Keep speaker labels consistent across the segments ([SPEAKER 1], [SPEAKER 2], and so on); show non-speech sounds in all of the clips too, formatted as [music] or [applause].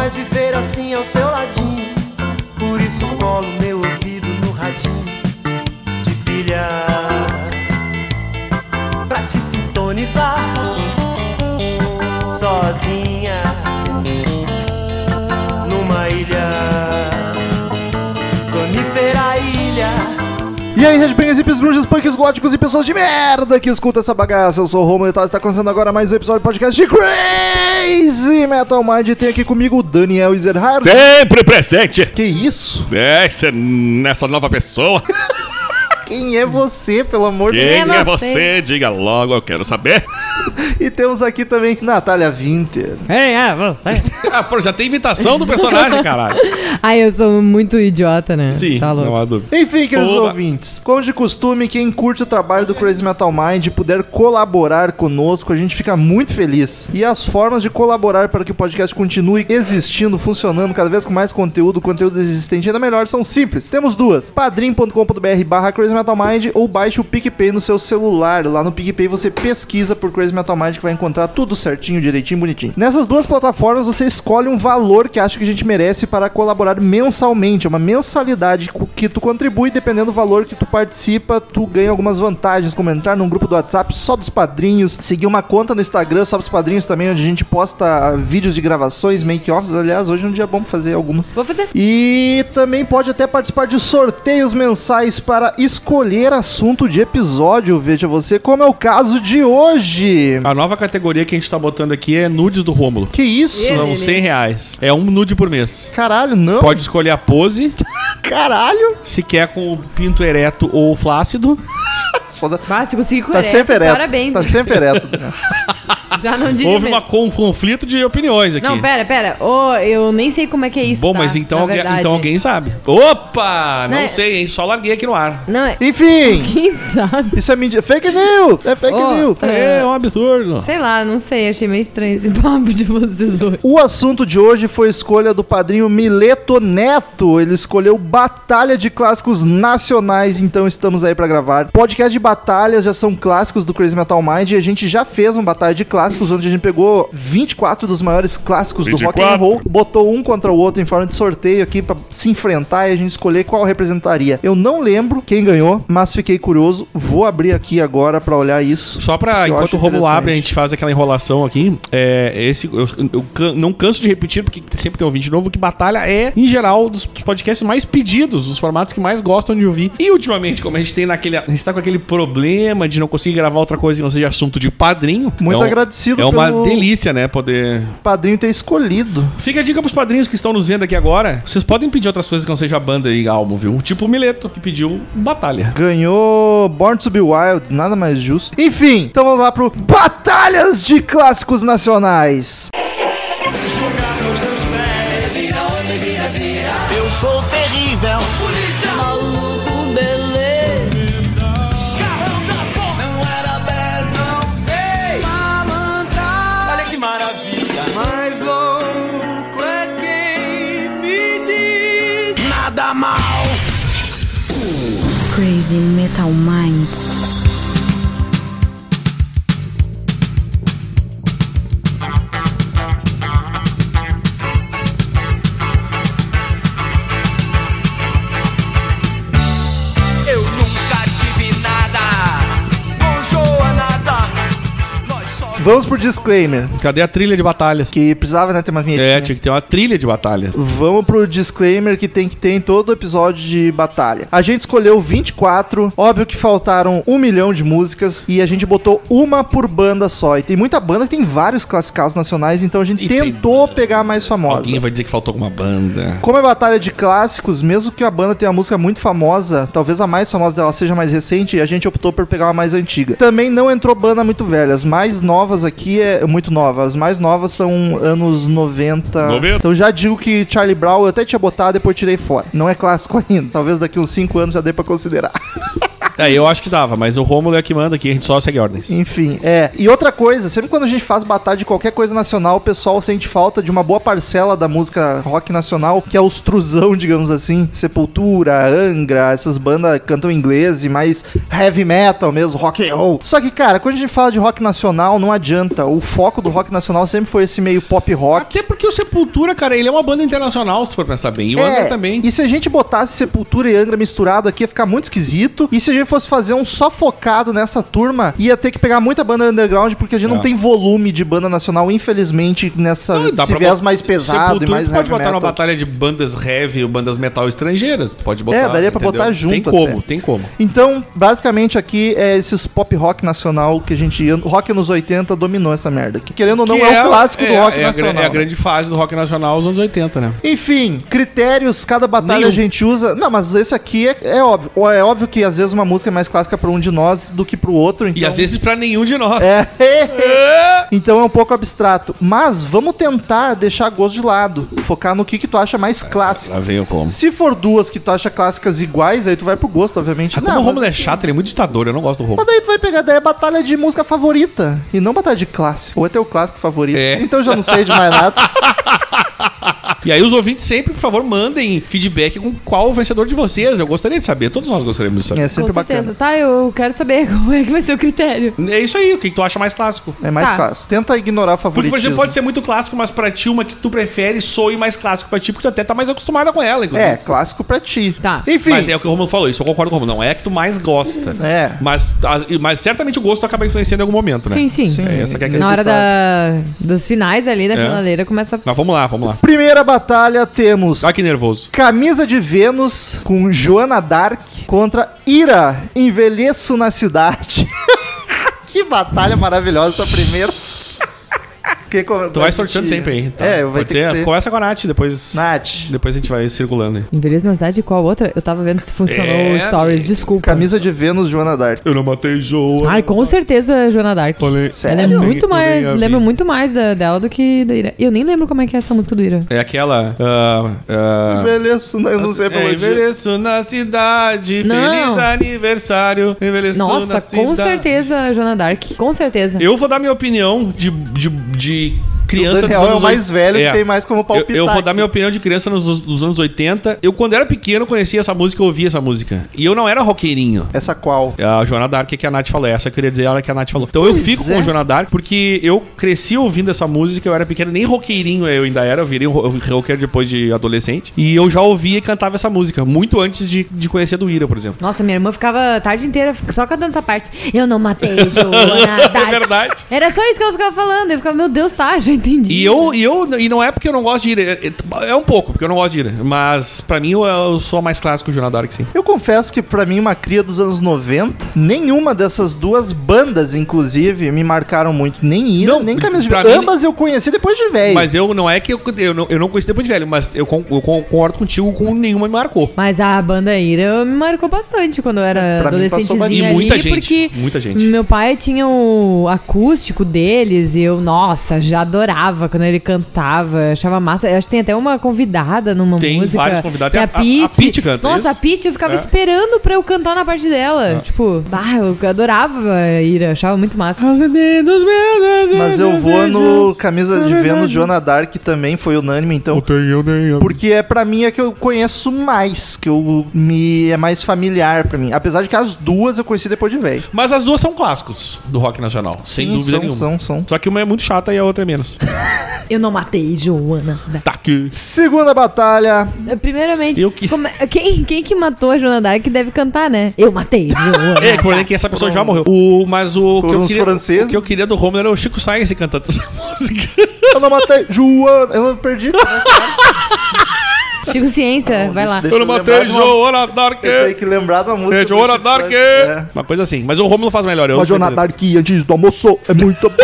[SPEAKER 1] casinha assim ao seu ladinho. Por isso colo meu ouvido no radinho de pilha. Pra te sintonizar sozinha numa ilha. Sonífera ilha.
[SPEAKER 2] E aí, Redbangers, hippies, grunges, punks, góticos e pessoas de merda que escuta essa bagaça. Eu sou o Romulo e tal, está começando agora mais um episódio do podcast de Crazy Metal Mind. E Tem aqui comigo o Daniel Ezerhard.
[SPEAKER 3] Sempre presente!
[SPEAKER 2] Que isso?
[SPEAKER 3] É, cê- nessa nova pessoa.
[SPEAKER 2] Quem é você, pelo amor de
[SPEAKER 3] Quem é
[SPEAKER 4] você?
[SPEAKER 3] você? Diga logo, eu quero saber.
[SPEAKER 2] Deus? E temos aqui também Natália Winter.
[SPEAKER 4] Ei, é, você.
[SPEAKER 5] Ah, pô, já tem imitação do personagem, caralho.
[SPEAKER 4] [laughs] Ai, eu sou muito idiota, né?
[SPEAKER 5] Sim,
[SPEAKER 4] Tá louco.
[SPEAKER 5] não é. há dúvida.
[SPEAKER 2] Enfim, queridos
[SPEAKER 5] Oba.
[SPEAKER 2] ouvintes, como de costume, quem curte o trabalho do Crazy Metal Mind e puder colaborar conosco, a gente fica muito feliz. E as formas de colaborar para que o podcast continue existindo, funcionando cada vez com mais conteúdo, conteúdo existente ainda melhor, são simples. Temos duas, padrim.com.br barra Crazy Metal Mind ou baixe o PicPay no seu celular. Lá no PicPay você pesquisa por Crazy Metal Mind que vai encontrar tudo certinho, direitinho, bonitinho. Nessas duas plataformas você escolhe um valor que acha que a gente merece para colaborar mensalmente. É uma mensalidade co- que tu contribui, dependendo do valor que tu participa, tu ganha algumas vantagens, como entrar num grupo do WhatsApp só dos padrinhos, seguir uma conta no Instagram só dos padrinhos também, onde a gente posta vídeos de gravações, make-offs. Aliás, hoje é um dia bom pra fazer algumas.
[SPEAKER 4] Vou fazer.
[SPEAKER 2] E também pode até participar de sorteios mensais para escolher assunto de episódio, veja você, como é o caso de hoje.
[SPEAKER 5] A nova categoria que a gente tá botando aqui é nudes do Rômulo.
[SPEAKER 2] Que isso?
[SPEAKER 5] São 100 reais. É um nude por mês.
[SPEAKER 2] Caralho, não.
[SPEAKER 5] Pode escolher a pose,
[SPEAKER 2] Caralho.
[SPEAKER 5] se quer com o pinto ereto ou flácido.
[SPEAKER 2] Só da-
[SPEAKER 4] Ah, se conseguir
[SPEAKER 2] Tá
[SPEAKER 4] correr.
[SPEAKER 2] sempre ereto.
[SPEAKER 4] Parabéns.
[SPEAKER 2] Tá sempre ereto.
[SPEAKER 4] [laughs] Já não diria
[SPEAKER 5] Houve
[SPEAKER 4] mesmo.
[SPEAKER 5] uma, con- um conflito de opiniões aqui.
[SPEAKER 4] Não, pera, pera. Ô, eu nem sei como é que é isso.
[SPEAKER 5] Bom,
[SPEAKER 4] tá?
[SPEAKER 5] mas então,
[SPEAKER 4] Na
[SPEAKER 5] alguém,
[SPEAKER 4] verdade.
[SPEAKER 5] então alguém sabe. Opa! Não
[SPEAKER 4] Né?
[SPEAKER 5] sei, hein? Só larguei aqui no ar.
[SPEAKER 4] Não, é. [laughs]
[SPEAKER 2] Enfim,
[SPEAKER 4] Quem sabe?
[SPEAKER 2] isso é mentira. Fake news. É fake
[SPEAKER 4] Ô,
[SPEAKER 2] news.
[SPEAKER 5] É, um absurdo.
[SPEAKER 4] Sei lá, não sei. Achei meio estranho esse [laughs] papo de vocês dois.
[SPEAKER 2] O assunto de hoje foi escolha do padrinho Mileto Neto. Ele escolheu Batalha de Clássicos Nacionais, então estamos aí pra gravar. Podcast de batalhas já são clássicos do Crazy Metal Mind e a gente já fez uma batalha de clássicos onde a gente pegou 24 dos maiores clássicos do rock and
[SPEAKER 3] 24.
[SPEAKER 2] roll, botou um contra o outro em forma de sorteio aqui pra se enfrentar e a gente escolher qual representaria. Eu não lembro quem ganhou, mas fiquei curioso. Vou abrir aqui agora pra olhar isso.
[SPEAKER 5] Só pra,
[SPEAKER 2] Eu
[SPEAKER 5] enquanto
[SPEAKER 2] acho
[SPEAKER 5] o Romulo
[SPEAKER 2] interessante.
[SPEAKER 5] abre, a gente faz aquela enrolação aqui. É, esse, eu, eu can- não canso de repetir, porque sempre tem um ouvinte novo, que Batalha é, em geral, dos dos podcasts mais pedidos, os formatos que mais gostam de ouvir. E ultimamente, como a gente tem naquele. A gente tá com aquele problema de não conseguir gravar outra coisa que não seja assunto de padrinho.
[SPEAKER 2] Muito
[SPEAKER 5] é um-
[SPEAKER 2] agradecido
[SPEAKER 5] É uma
[SPEAKER 2] pelo-
[SPEAKER 5] delícia, né? Poder.
[SPEAKER 2] O padrinho ter escolhido.
[SPEAKER 5] Fica a dica pros padrinhos que estão nos vendo aqui agora. Vocês podem pedir outras coisas que não seja banda e álbum, viu? Tipo o Mileto, que pediu Batalha.
[SPEAKER 2] Ganhou Born to be Wild, nada mais justo. Enfim, então vamos lá pro Batalhas de Clássicos Nacionais.
[SPEAKER 1] Eu sou terrível.
[SPEAKER 6] Crazy Metal Mind.
[SPEAKER 7] Eu nunca tive nada com Joanada. Nós só
[SPEAKER 2] Vamos pro disclaimer,
[SPEAKER 5] Cadê a trilha de batalhas?
[SPEAKER 2] que precisava né, ter uma vinheta.
[SPEAKER 5] É, tinha que ter uma trilha de batalhas.
[SPEAKER 2] Vamos pro disclaimer que tem que ter em todo episódio de batalha. A gente escolheu 24, óbvio que faltaram um milhão de músicas e a gente botou uma por banda só. E tem muita banda que tem vários classicados nacionais, então a gente
[SPEAKER 5] E tem-
[SPEAKER 2] tentou pegar a mais famosa.
[SPEAKER 5] Alguém vai dizer que faltou alguma banda.
[SPEAKER 2] Como é batalha de clássicos, mesmo que a banda tenha uma música muito famosa, talvez a mais famosa dela seja mais recente, a gente optou por pegar uma mais antiga. Também não entrou banda muito velha. As mais novas aqui é muito nova. As mais novas são anos 90.
[SPEAKER 3] 90.
[SPEAKER 2] Então já digo que Charlie Brown [laughs] eu até tinha botado, depois tirei fora. Não é clássico ainda. Talvez daqui uns 5 anos já dê pra considerar.
[SPEAKER 5] É, eu acho que dava, mas o Rômulo é que manda aqui, a gente só segue ordens.
[SPEAKER 2] Enfim, é. E outra coisa, sempre quando a gente faz batalha de qualquer coisa nacional, o pessoal sente falta de uma boa parcela da música rock nacional, que é os truzão, digamos assim. Sepultura, Angra, essas bandas cantam em inglês e mais heavy metal mesmo, rock and roll. Só que, cara, quando a gente fala de rock nacional, não adianta. O foco do rock nacional sempre foi esse meio pop rock.
[SPEAKER 5] Até porque o Sepultura, cara, ele é uma banda internacional, se tu for pensar bem. E o
[SPEAKER 2] É,
[SPEAKER 5] Angra também.
[SPEAKER 2] E se a gente botasse Sepultura e Angra misturado aqui, ia ficar muito esquisito. E se a gente fosse fazer um só focado nessa turma, ia ter que pegar muita banda underground, porque a gente não
[SPEAKER 5] É.
[SPEAKER 2] tem volume de banda nacional, infelizmente, nessa
[SPEAKER 5] Não, dá
[SPEAKER 2] se
[SPEAKER 5] pra
[SPEAKER 2] viés
[SPEAKER 5] bot-
[SPEAKER 2] mais pesado e
[SPEAKER 5] Sepultura,
[SPEAKER 2] mais
[SPEAKER 5] tu pode
[SPEAKER 2] heavy
[SPEAKER 5] botar
[SPEAKER 2] metal.
[SPEAKER 5] numa batalha de bandas heavy ou bandas metal estrangeiras. Tu pode botar.
[SPEAKER 2] É, daria pra botar junto
[SPEAKER 5] Tem como,
[SPEAKER 2] até.
[SPEAKER 5] tem como.
[SPEAKER 2] Então, basicamente, aqui é esses pop rock nacional que a gente. ia- Rock nos 80 dominou essa merda. Que querendo ou não,
[SPEAKER 5] Que
[SPEAKER 2] é, o clássico do
[SPEAKER 5] é-
[SPEAKER 2] rock
[SPEAKER 5] é a gra-
[SPEAKER 2] nacional. né?
[SPEAKER 5] é a grande fase do rock nacional os anos 80, né?
[SPEAKER 2] Enfim, critérios, cada batalha
[SPEAKER 5] Nenhum.
[SPEAKER 2] a gente usa. Não, mas esse aqui é, é óbvio. Ou É óbvio que às vezes uma música é mais clássica pra um de nós do que pro outro. Então...
[SPEAKER 5] E às vezes pra nenhum de
[SPEAKER 2] [laughs]
[SPEAKER 5] nós.
[SPEAKER 2] É. então é um pouco abstrato. Mas vamos tentar deixar gosto de lado. Focar no que, que tu acha mais clássico.
[SPEAKER 5] veio como.
[SPEAKER 2] Se for duas que tu acha clássicas iguais, aí tu vai pro gosto, obviamente.
[SPEAKER 5] Ah, como o
[SPEAKER 2] mas... assim,
[SPEAKER 5] Romulo é chato, ele é muito ditador, eu não gosto do
[SPEAKER 2] Mas
[SPEAKER 5] Romulo.
[SPEAKER 2] daí tu vai pegar daí a batalha de música favorita. E não batalha de clássico. Ou até o clássico favorito.
[SPEAKER 5] É.
[SPEAKER 2] Então eu já não sei de mais nada.
[SPEAKER 5] [laughs] E aí os ouvintes sempre, por favor, mandem feedback com qual o vencedor de vocês. Eu gostaria de saber, todos nós gostaríamos de
[SPEAKER 2] É
[SPEAKER 5] saber.
[SPEAKER 2] sempre
[SPEAKER 4] Com certeza,
[SPEAKER 2] bacana.
[SPEAKER 4] tá? Eu quero saber [laughs] como é que vai ser o critério.
[SPEAKER 5] É isso aí, o que que tu acha mais clássico?
[SPEAKER 2] É mais
[SPEAKER 4] Tá.
[SPEAKER 2] clássico. Tenta ignorar o
[SPEAKER 5] Porque,
[SPEAKER 2] favoritismo.
[SPEAKER 5] por exemplo, pode ser muito clássico, mas pra ti, uma que tu prefere soe mais clássico pra ti, porque tu até tá mais acostumada com ela, inclusive.
[SPEAKER 2] É, clássico pra ti.
[SPEAKER 4] Tá.
[SPEAKER 2] Enfim.
[SPEAKER 5] Mas é o que o Romulo falou, isso eu concordo com o Romulo. Não é a que tu mais gosta.
[SPEAKER 2] É.
[SPEAKER 5] Mas, as- mas certamente o gosto acaba influenciando em algum momento, né?
[SPEAKER 4] Sim, sim.
[SPEAKER 2] Sim.
[SPEAKER 5] É, essa que é a
[SPEAKER 4] Na
[SPEAKER 5] questão.
[SPEAKER 4] hora da, dos finais ali, da
[SPEAKER 5] É.
[SPEAKER 4] finaleira, começa a
[SPEAKER 5] Mas vamos lá, vamos lá.
[SPEAKER 2] Primeira batalha temos
[SPEAKER 5] Tá que nervoso.
[SPEAKER 2] Camisa de Vênus com Joana Dark contra Ira, Envelheço na Cidade. [laughs] que batalha maravilhosa essa
[SPEAKER 5] [laughs]
[SPEAKER 2] primeira. Que com-
[SPEAKER 5] Tu vai sorteando
[SPEAKER 2] que-
[SPEAKER 5] sempre aí. tá?
[SPEAKER 2] É, eu vou
[SPEAKER 5] Pode é?
[SPEAKER 2] ter que ser.
[SPEAKER 5] Começa com a Nath, depois.
[SPEAKER 2] Nath.
[SPEAKER 5] Depois a gente vai circulando aí.
[SPEAKER 4] Envelheço na cidade e qual outra? Eu tava vendo se funcionou
[SPEAKER 5] É,
[SPEAKER 4] o Stories, desculpa.
[SPEAKER 2] Camisa de Vênus, Joana Dark.
[SPEAKER 5] Eu não matei Joa.
[SPEAKER 4] Ai, com certeza, Joana Dark. Ela é
[SPEAKER 2] Sério?
[SPEAKER 4] muito mais. Lembro muito mais da- dela do que da Ira. E Eu nem lembro como é que é essa música do Ira.
[SPEAKER 5] É aquela. ah, ah,
[SPEAKER 2] Envelheço, na- eu não sei
[SPEAKER 5] é,
[SPEAKER 2] pelo dia.
[SPEAKER 5] envelheço na cidade,
[SPEAKER 4] Não.
[SPEAKER 5] feliz aniversário, envelheço na
[SPEAKER 4] Nossa,
[SPEAKER 5] cidade.
[SPEAKER 4] com certeza, Joana Dark. Com certeza.
[SPEAKER 5] Eu vou dar minha opinião de, de, de criança
[SPEAKER 2] O Daniel é o
[SPEAKER 5] anos
[SPEAKER 2] mais
[SPEAKER 5] oit-
[SPEAKER 2] velho que tem mais como
[SPEAKER 5] eu,
[SPEAKER 2] palpitar
[SPEAKER 5] eu vou dar
[SPEAKER 2] aqui.
[SPEAKER 5] minha opinião de criança nos, nos anos 80. Eu, quando era pequeno, conhecia essa música, eu ouvia essa música. E eu não era roqueirinho.
[SPEAKER 2] Essa qual?
[SPEAKER 5] A Joana Dark que a Nath falou. Essa eu queria dizer a hora que a Nath falou. Então eu
[SPEAKER 2] Pois
[SPEAKER 5] fico
[SPEAKER 2] é.
[SPEAKER 5] com o Joana Dark porque eu cresci ouvindo essa música, eu era pequeno, nem roqueirinho eu ainda era, eu virei um ro- roqueiro depois de adolescente. E eu já ouvia e cantava essa música, muito antes de, de conhecer do Ira, por
[SPEAKER 2] [laughs]
[SPEAKER 5] exemplo.
[SPEAKER 4] Nossa, minha irmã ficava a tarde inteira só cantando essa parte. Eu não matei
[SPEAKER 5] [laughs]
[SPEAKER 2] Ah,
[SPEAKER 4] Joana
[SPEAKER 2] tá.
[SPEAKER 4] Dark.
[SPEAKER 5] É verdade.
[SPEAKER 4] Era só isso que ela ficava falando. Eu ficava, meu Deus, tá, já entendi.
[SPEAKER 5] E eu, e eu, e não é porque eu não gosto de Ira, é, é- é um pouco, porque eu não gosto de Ira, mas pra mim eu, eu sou a mais clássico Joana Dark, sim.
[SPEAKER 2] Eu confesso que pra mim, uma cria dos anos 90, nenhuma dessas duas bandas, inclusive, me marcaram muito. Nem Ira,
[SPEAKER 5] Não,
[SPEAKER 2] nem Camisa de
[SPEAKER 5] pra
[SPEAKER 2] Vênus.
[SPEAKER 5] mim-
[SPEAKER 2] Ambas eu conheci depois de velho.
[SPEAKER 5] Mas eu não é que eu, eu, não, eu não conheci depois de velho, mas eu, con- eu con- concordo contigo com nenhuma me marcou.
[SPEAKER 4] Mas a banda Ira me marcou bastante quando eu era
[SPEAKER 2] É, Pra mim, passou
[SPEAKER 4] adolescentezinha
[SPEAKER 5] batido. E
[SPEAKER 4] ali,
[SPEAKER 5] muita gente,
[SPEAKER 4] porque
[SPEAKER 5] muita gente.
[SPEAKER 4] meu pai tinha o acústico deles e eu, nossa, já adorava quando ele cantava, achava massa. Eu acho que tem até uma convidada numa
[SPEAKER 5] Tem
[SPEAKER 4] música.
[SPEAKER 5] vários convidados.
[SPEAKER 4] Tem a,
[SPEAKER 5] Tem a-
[SPEAKER 4] Pitty.
[SPEAKER 5] a- a Pitty canta,
[SPEAKER 4] Nossa,
[SPEAKER 5] isso?
[SPEAKER 4] a Pitty eu ficava
[SPEAKER 5] É. Ah.
[SPEAKER 4] esperando pra eu cantar na parte dela. Tipo, bah, eu adorava a Ira, achava muito massa.
[SPEAKER 2] Ah, Mas eu vou no Camisa de Vênus, Joana Dark também foi unânime, então. Porque é pra mim é que eu conheço mais, que eu me é mais familiar pra mim. Apesar de que as duas eu conheci depois de velho.
[SPEAKER 5] Mas as duas são clássicos do rock nacional, sem
[SPEAKER 2] Sim,
[SPEAKER 5] dúvida
[SPEAKER 2] são,
[SPEAKER 5] nenhuma.
[SPEAKER 2] São, são.
[SPEAKER 5] Só que uma é muito chata e a outra é menos.
[SPEAKER 4] Eu não matei Joana.
[SPEAKER 5] [laughs]
[SPEAKER 4] Dark.
[SPEAKER 5] tá aqui.
[SPEAKER 2] Segunda batalha.
[SPEAKER 4] Primeiramente,
[SPEAKER 5] Eu que-
[SPEAKER 4] como é- quem, quem que matou a Joana Dark deve cantar, né? Eu matei
[SPEAKER 5] [laughs]
[SPEAKER 4] Joana.
[SPEAKER 5] É, o problema é que essa pessoa já morreu. O, mas o que,
[SPEAKER 2] Tá Foram
[SPEAKER 5] eu
[SPEAKER 2] os
[SPEAKER 5] queria,
[SPEAKER 2] franceses.
[SPEAKER 5] o que eu queria do Romulo era o Chico Science cantando essa [laughs] música.
[SPEAKER 2] Eu não matei. Joana. Eu não perdi.
[SPEAKER 4] Chico Ciência, vai lá.
[SPEAKER 2] Deixa eu lembrar de é uma-
[SPEAKER 5] Dark.
[SPEAKER 2] Eu tenho que é lembrar de uma música. do Chico Sainz. É.
[SPEAKER 5] Uma coisa assim. Mas o Romulo faz melhor. Eu
[SPEAKER 2] Uma
[SPEAKER 5] sei
[SPEAKER 2] Joana
[SPEAKER 5] dizer.
[SPEAKER 2] Dark antes do almoço é muito bom.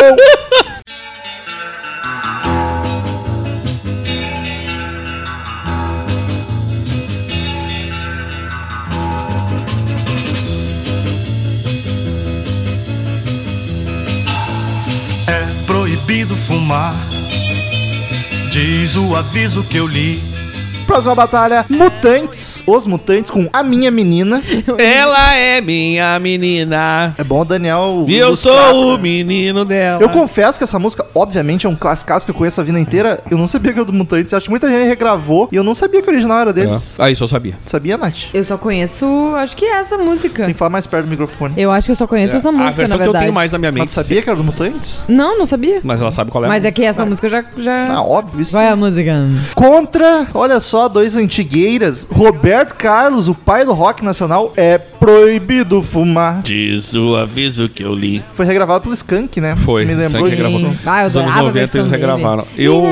[SPEAKER 1] É proibido fumar, diz o aviso que eu li.
[SPEAKER 2] Próxima batalha: Mutantes. Os Mutantes com a minha menina.
[SPEAKER 5] Ela é minha menina.
[SPEAKER 2] É bom o Daniel.
[SPEAKER 5] E eu
[SPEAKER 2] ilustrar,
[SPEAKER 5] sou o
[SPEAKER 2] né?
[SPEAKER 5] menino dela.
[SPEAKER 2] Eu confesso que essa música, obviamente, é um classicaço que eu conheço a vida inteira. Eu não sabia que era do Mutantes. Acho que muita gente regravou e eu não sabia que o original era
[SPEAKER 5] É.
[SPEAKER 2] deles.
[SPEAKER 5] Aí, só Ah, sabia.
[SPEAKER 2] Sabia, Nath?
[SPEAKER 4] Eu só conheço, acho que é essa música.
[SPEAKER 2] Tem que falar mais perto do microfone.
[SPEAKER 4] Eu acho que eu só conheço essa
[SPEAKER 5] É,
[SPEAKER 4] é
[SPEAKER 5] a
[SPEAKER 4] música,
[SPEAKER 5] versão
[SPEAKER 4] na
[SPEAKER 5] que eu
[SPEAKER 4] verdade.
[SPEAKER 5] tenho mais na minha
[SPEAKER 2] Mas
[SPEAKER 5] mente.
[SPEAKER 2] tu sabia que era do Mutantes?
[SPEAKER 4] Não, não sabia.
[SPEAKER 5] Mas ela sabe qual é. a
[SPEAKER 4] Mas é
[SPEAKER 5] música.
[SPEAKER 4] que essa música já. já...
[SPEAKER 2] Ah, óbvio, isso.
[SPEAKER 4] Vai a música.
[SPEAKER 2] Contra, olha só, dois antigueiras. Roberto Carlos, o pai do rock nacional, é proibido fumar.
[SPEAKER 3] Diz o aviso que eu li.
[SPEAKER 2] Foi regravado pelo Skank, né?
[SPEAKER 5] Foi,
[SPEAKER 2] Me lembrou
[SPEAKER 5] Skank
[SPEAKER 2] de... um
[SPEAKER 5] regravou.
[SPEAKER 4] Ah, eu
[SPEAKER 5] Os anos
[SPEAKER 4] adorava a
[SPEAKER 5] 90 eles
[SPEAKER 4] versão dele.
[SPEAKER 5] regravaram. Eu-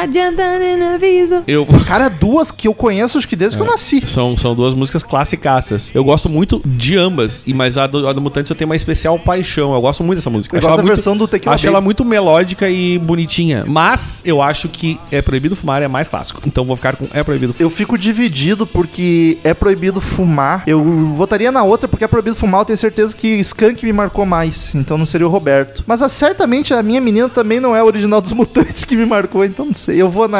[SPEAKER 4] Adianta, nem aviso.
[SPEAKER 5] Eu.
[SPEAKER 2] Cara, duas que eu conheço, acho que desde
[SPEAKER 5] É.
[SPEAKER 2] que eu nasci.
[SPEAKER 5] São, são duas músicas classicaças. Eu gosto muito de ambas, e mas a do, a do Mutantes eu tenho uma especial paixão. Eu gosto muito dessa música.
[SPEAKER 2] Eu
[SPEAKER 5] Acho
[SPEAKER 2] gosto
[SPEAKER 5] ela
[SPEAKER 2] da versão do Tequila
[SPEAKER 5] Acho
[SPEAKER 2] Baby.
[SPEAKER 5] ela muito melódica e bonitinha. Mas eu acho que É Proibido Fumar é mais clássico. Então vou ficar com É Proibido Fumar.
[SPEAKER 2] Eu fico dividido porque é proibido fumar. Eu votaria na outra porque é proibido fumar. Eu tenho certeza que Skank me marcou mais. Então não seria o Roberto. Mas ah, certamente a minha menina também não é a original dos [laughs] Mutantes que me marcou. Então não sei. Eu vou na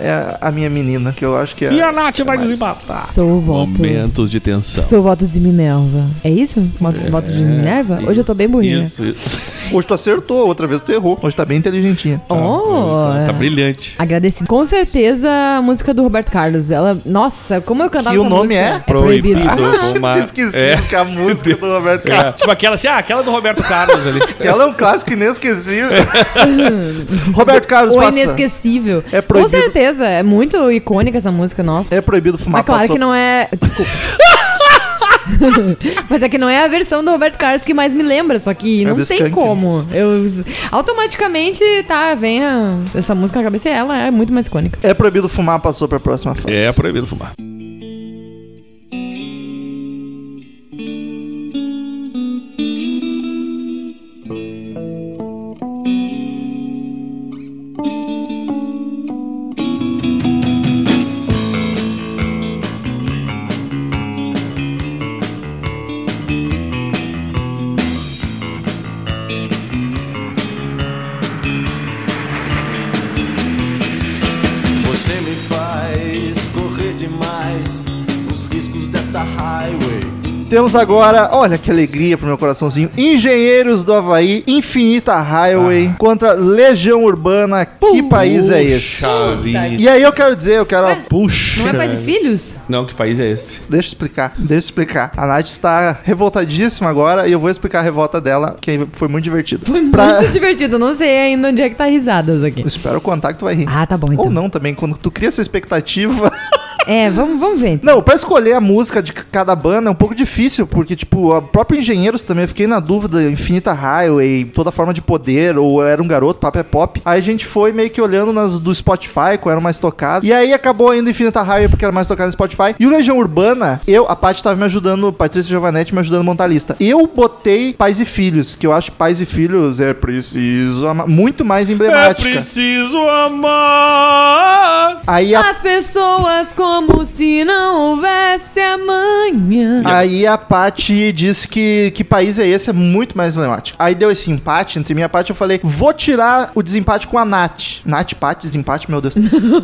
[SPEAKER 2] é, a minha menina, que eu acho que é.
[SPEAKER 5] E a Nath vai
[SPEAKER 2] mais.
[SPEAKER 5] desempatar.
[SPEAKER 4] Sou o voto.
[SPEAKER 5] Momentos de tensão.
[SPEAKER 4] Sou o voto de Minerva. É isso? Voto, voto de Minerva? Hoje eu tô bem
[SPEAKER 5] é
[SPEAKER 4] burrinha.
[SPEAKER 5] Isso, isso.
[SPEAKER 2] Hoje tu acertou, outra vez tu errou. Hoje tá bem inteligentinha.
[SPEAKER 4] Oh,
[SPEAKER 5] tá, tá
[SPEAKER 4] é.
[SPEAKER 5] brilhante.
[SPEAKER 4] Agradecido. Com certeza a música do Roberto Carlos. Ela. Nossa, como eu cantava
[SPEAKER 2] E o
[SPEAKER 4] essa
[SPEAKER 2] nome
[SPEAKER 4] música.
[SPEAKER 2] é? [laughs]
[SPEAKER 4] proibido.
[SPEAKER 2] Eu tinha esquecido que
[SPEAKER 5] [laughs]
[SPEAKER 2] a música do Roberto Carlos.
[SPEAKER 5] É, tipo aquela assim, ah, aquela do Roberto Carlos ali.
[SPEAKER 2] Ela é um clássico inesquecível. Roberto Carlos
[SPEAKER 4] Ou
[SPEAKER 2] passa.
[SPEAKER 4] Uhum. inesquecível.
[SPEAKER 2] É proibido.
[SPEAKER 4] Com certeza. É muito icônica essa música, nossa.
[SPEAKER 2] É proibido fumar
[SPEAKER 4] Mas claro
[SPEAKER 2] passou.
[SPEAKER 4] que não é.
[SPEAKER 2] [laughs]
[SPEAKER 4] Desculpa. Mas é que não é a versão do Roberto Carlos que mais me lembra, só que
[SPEAKER 2] É
[SPEAKER 4] não
[SPEAKER 2] do
[SPEAKER 4] tem
[SPEAKER 2] Skank,
[SPEAKER 4] como. Eu automaticamente, tá, vem a- essa música na cabeça e ela é muito mais icônica.
[SPEAKER 2] É proibido fumar, passou pra próxima fase.
[SPEAKER 5] É Proibido Fumar.
[SPEAKER 7] Você me faz correr demais os riscos desta highway.
[SPEAKER 2] Temos agora, olha que alegria pro meu coraçãozinho. Engenheiros do Havaí, Infinita Highway contra Legião Urbana. Que país é esse?
[SPEAKER 5] Puxa vida.
[SPEAKER 2] E aí eu quero dizer, eu quero.
[SPEAKER 5] Puxa.
[SPEAKER 4] Não é pais e filhos?
[SPEAKER 5] Não, que país é esse?
[SPEAKER 2] Deixa eu explicar, deixa eu explicar. A Nath está revoltadíssima agora e eu vou explicar a revolta dela, que foi muito divertida.
[SPEAKER 4] Foi
[SPEAKER 2] Pra-
[SPEAKER 4] muito divertido, não sei ainda onde é que tá risadas aqui.
[SPEAKER 2] Eu [laughs] espero contar que tu vai rir.
[SPEAKER 4] Ah, tá bom então.
[SPEAKER 2] Ou não também, quando tu cria essa expectativa.
[SPEAKER 4] É, vamos, vamos ver.
[SPEAKER 2] Não, pra escolher a música de c- cada banda é um pouco difícil, porque, tipo, a própria Engenheiros também, eu fiquei na dúvida, Infinita Highway, Toda Forma de Poder, ou Era um Garoto, Papo é Pop. Aí a gente foi meio que olhando nas do Spotify, qual era o mais tocado. E aí acabou ainda Infinita Highway, porque era mais tocado no Spotify. E o Legião Urbana, eu, a Paty tava me ajudando, Patrícia Giovanetti me ajudando a montar a lista. Eu botei Pais e Filhos, que eu acho Pais e Filhos é preciso amar, muito mais emblemática.
[SPEAKER 5] É preciso amar.
[SPEAKER 2] Aí a
[SPEAKER 4] As pessoas como se não houvesse amanhã.
[SPEAKER 2] Aí a Paty disse que que país é esse, é muito mais emblemático. Aí deu esse empate entre mim e a Paty, eu falei, vou tirar o desempate com a Nath. Nath, Paty, desempate,
[SPEAKER 4] [laughs]
[SPEAKER 2] meu Deus.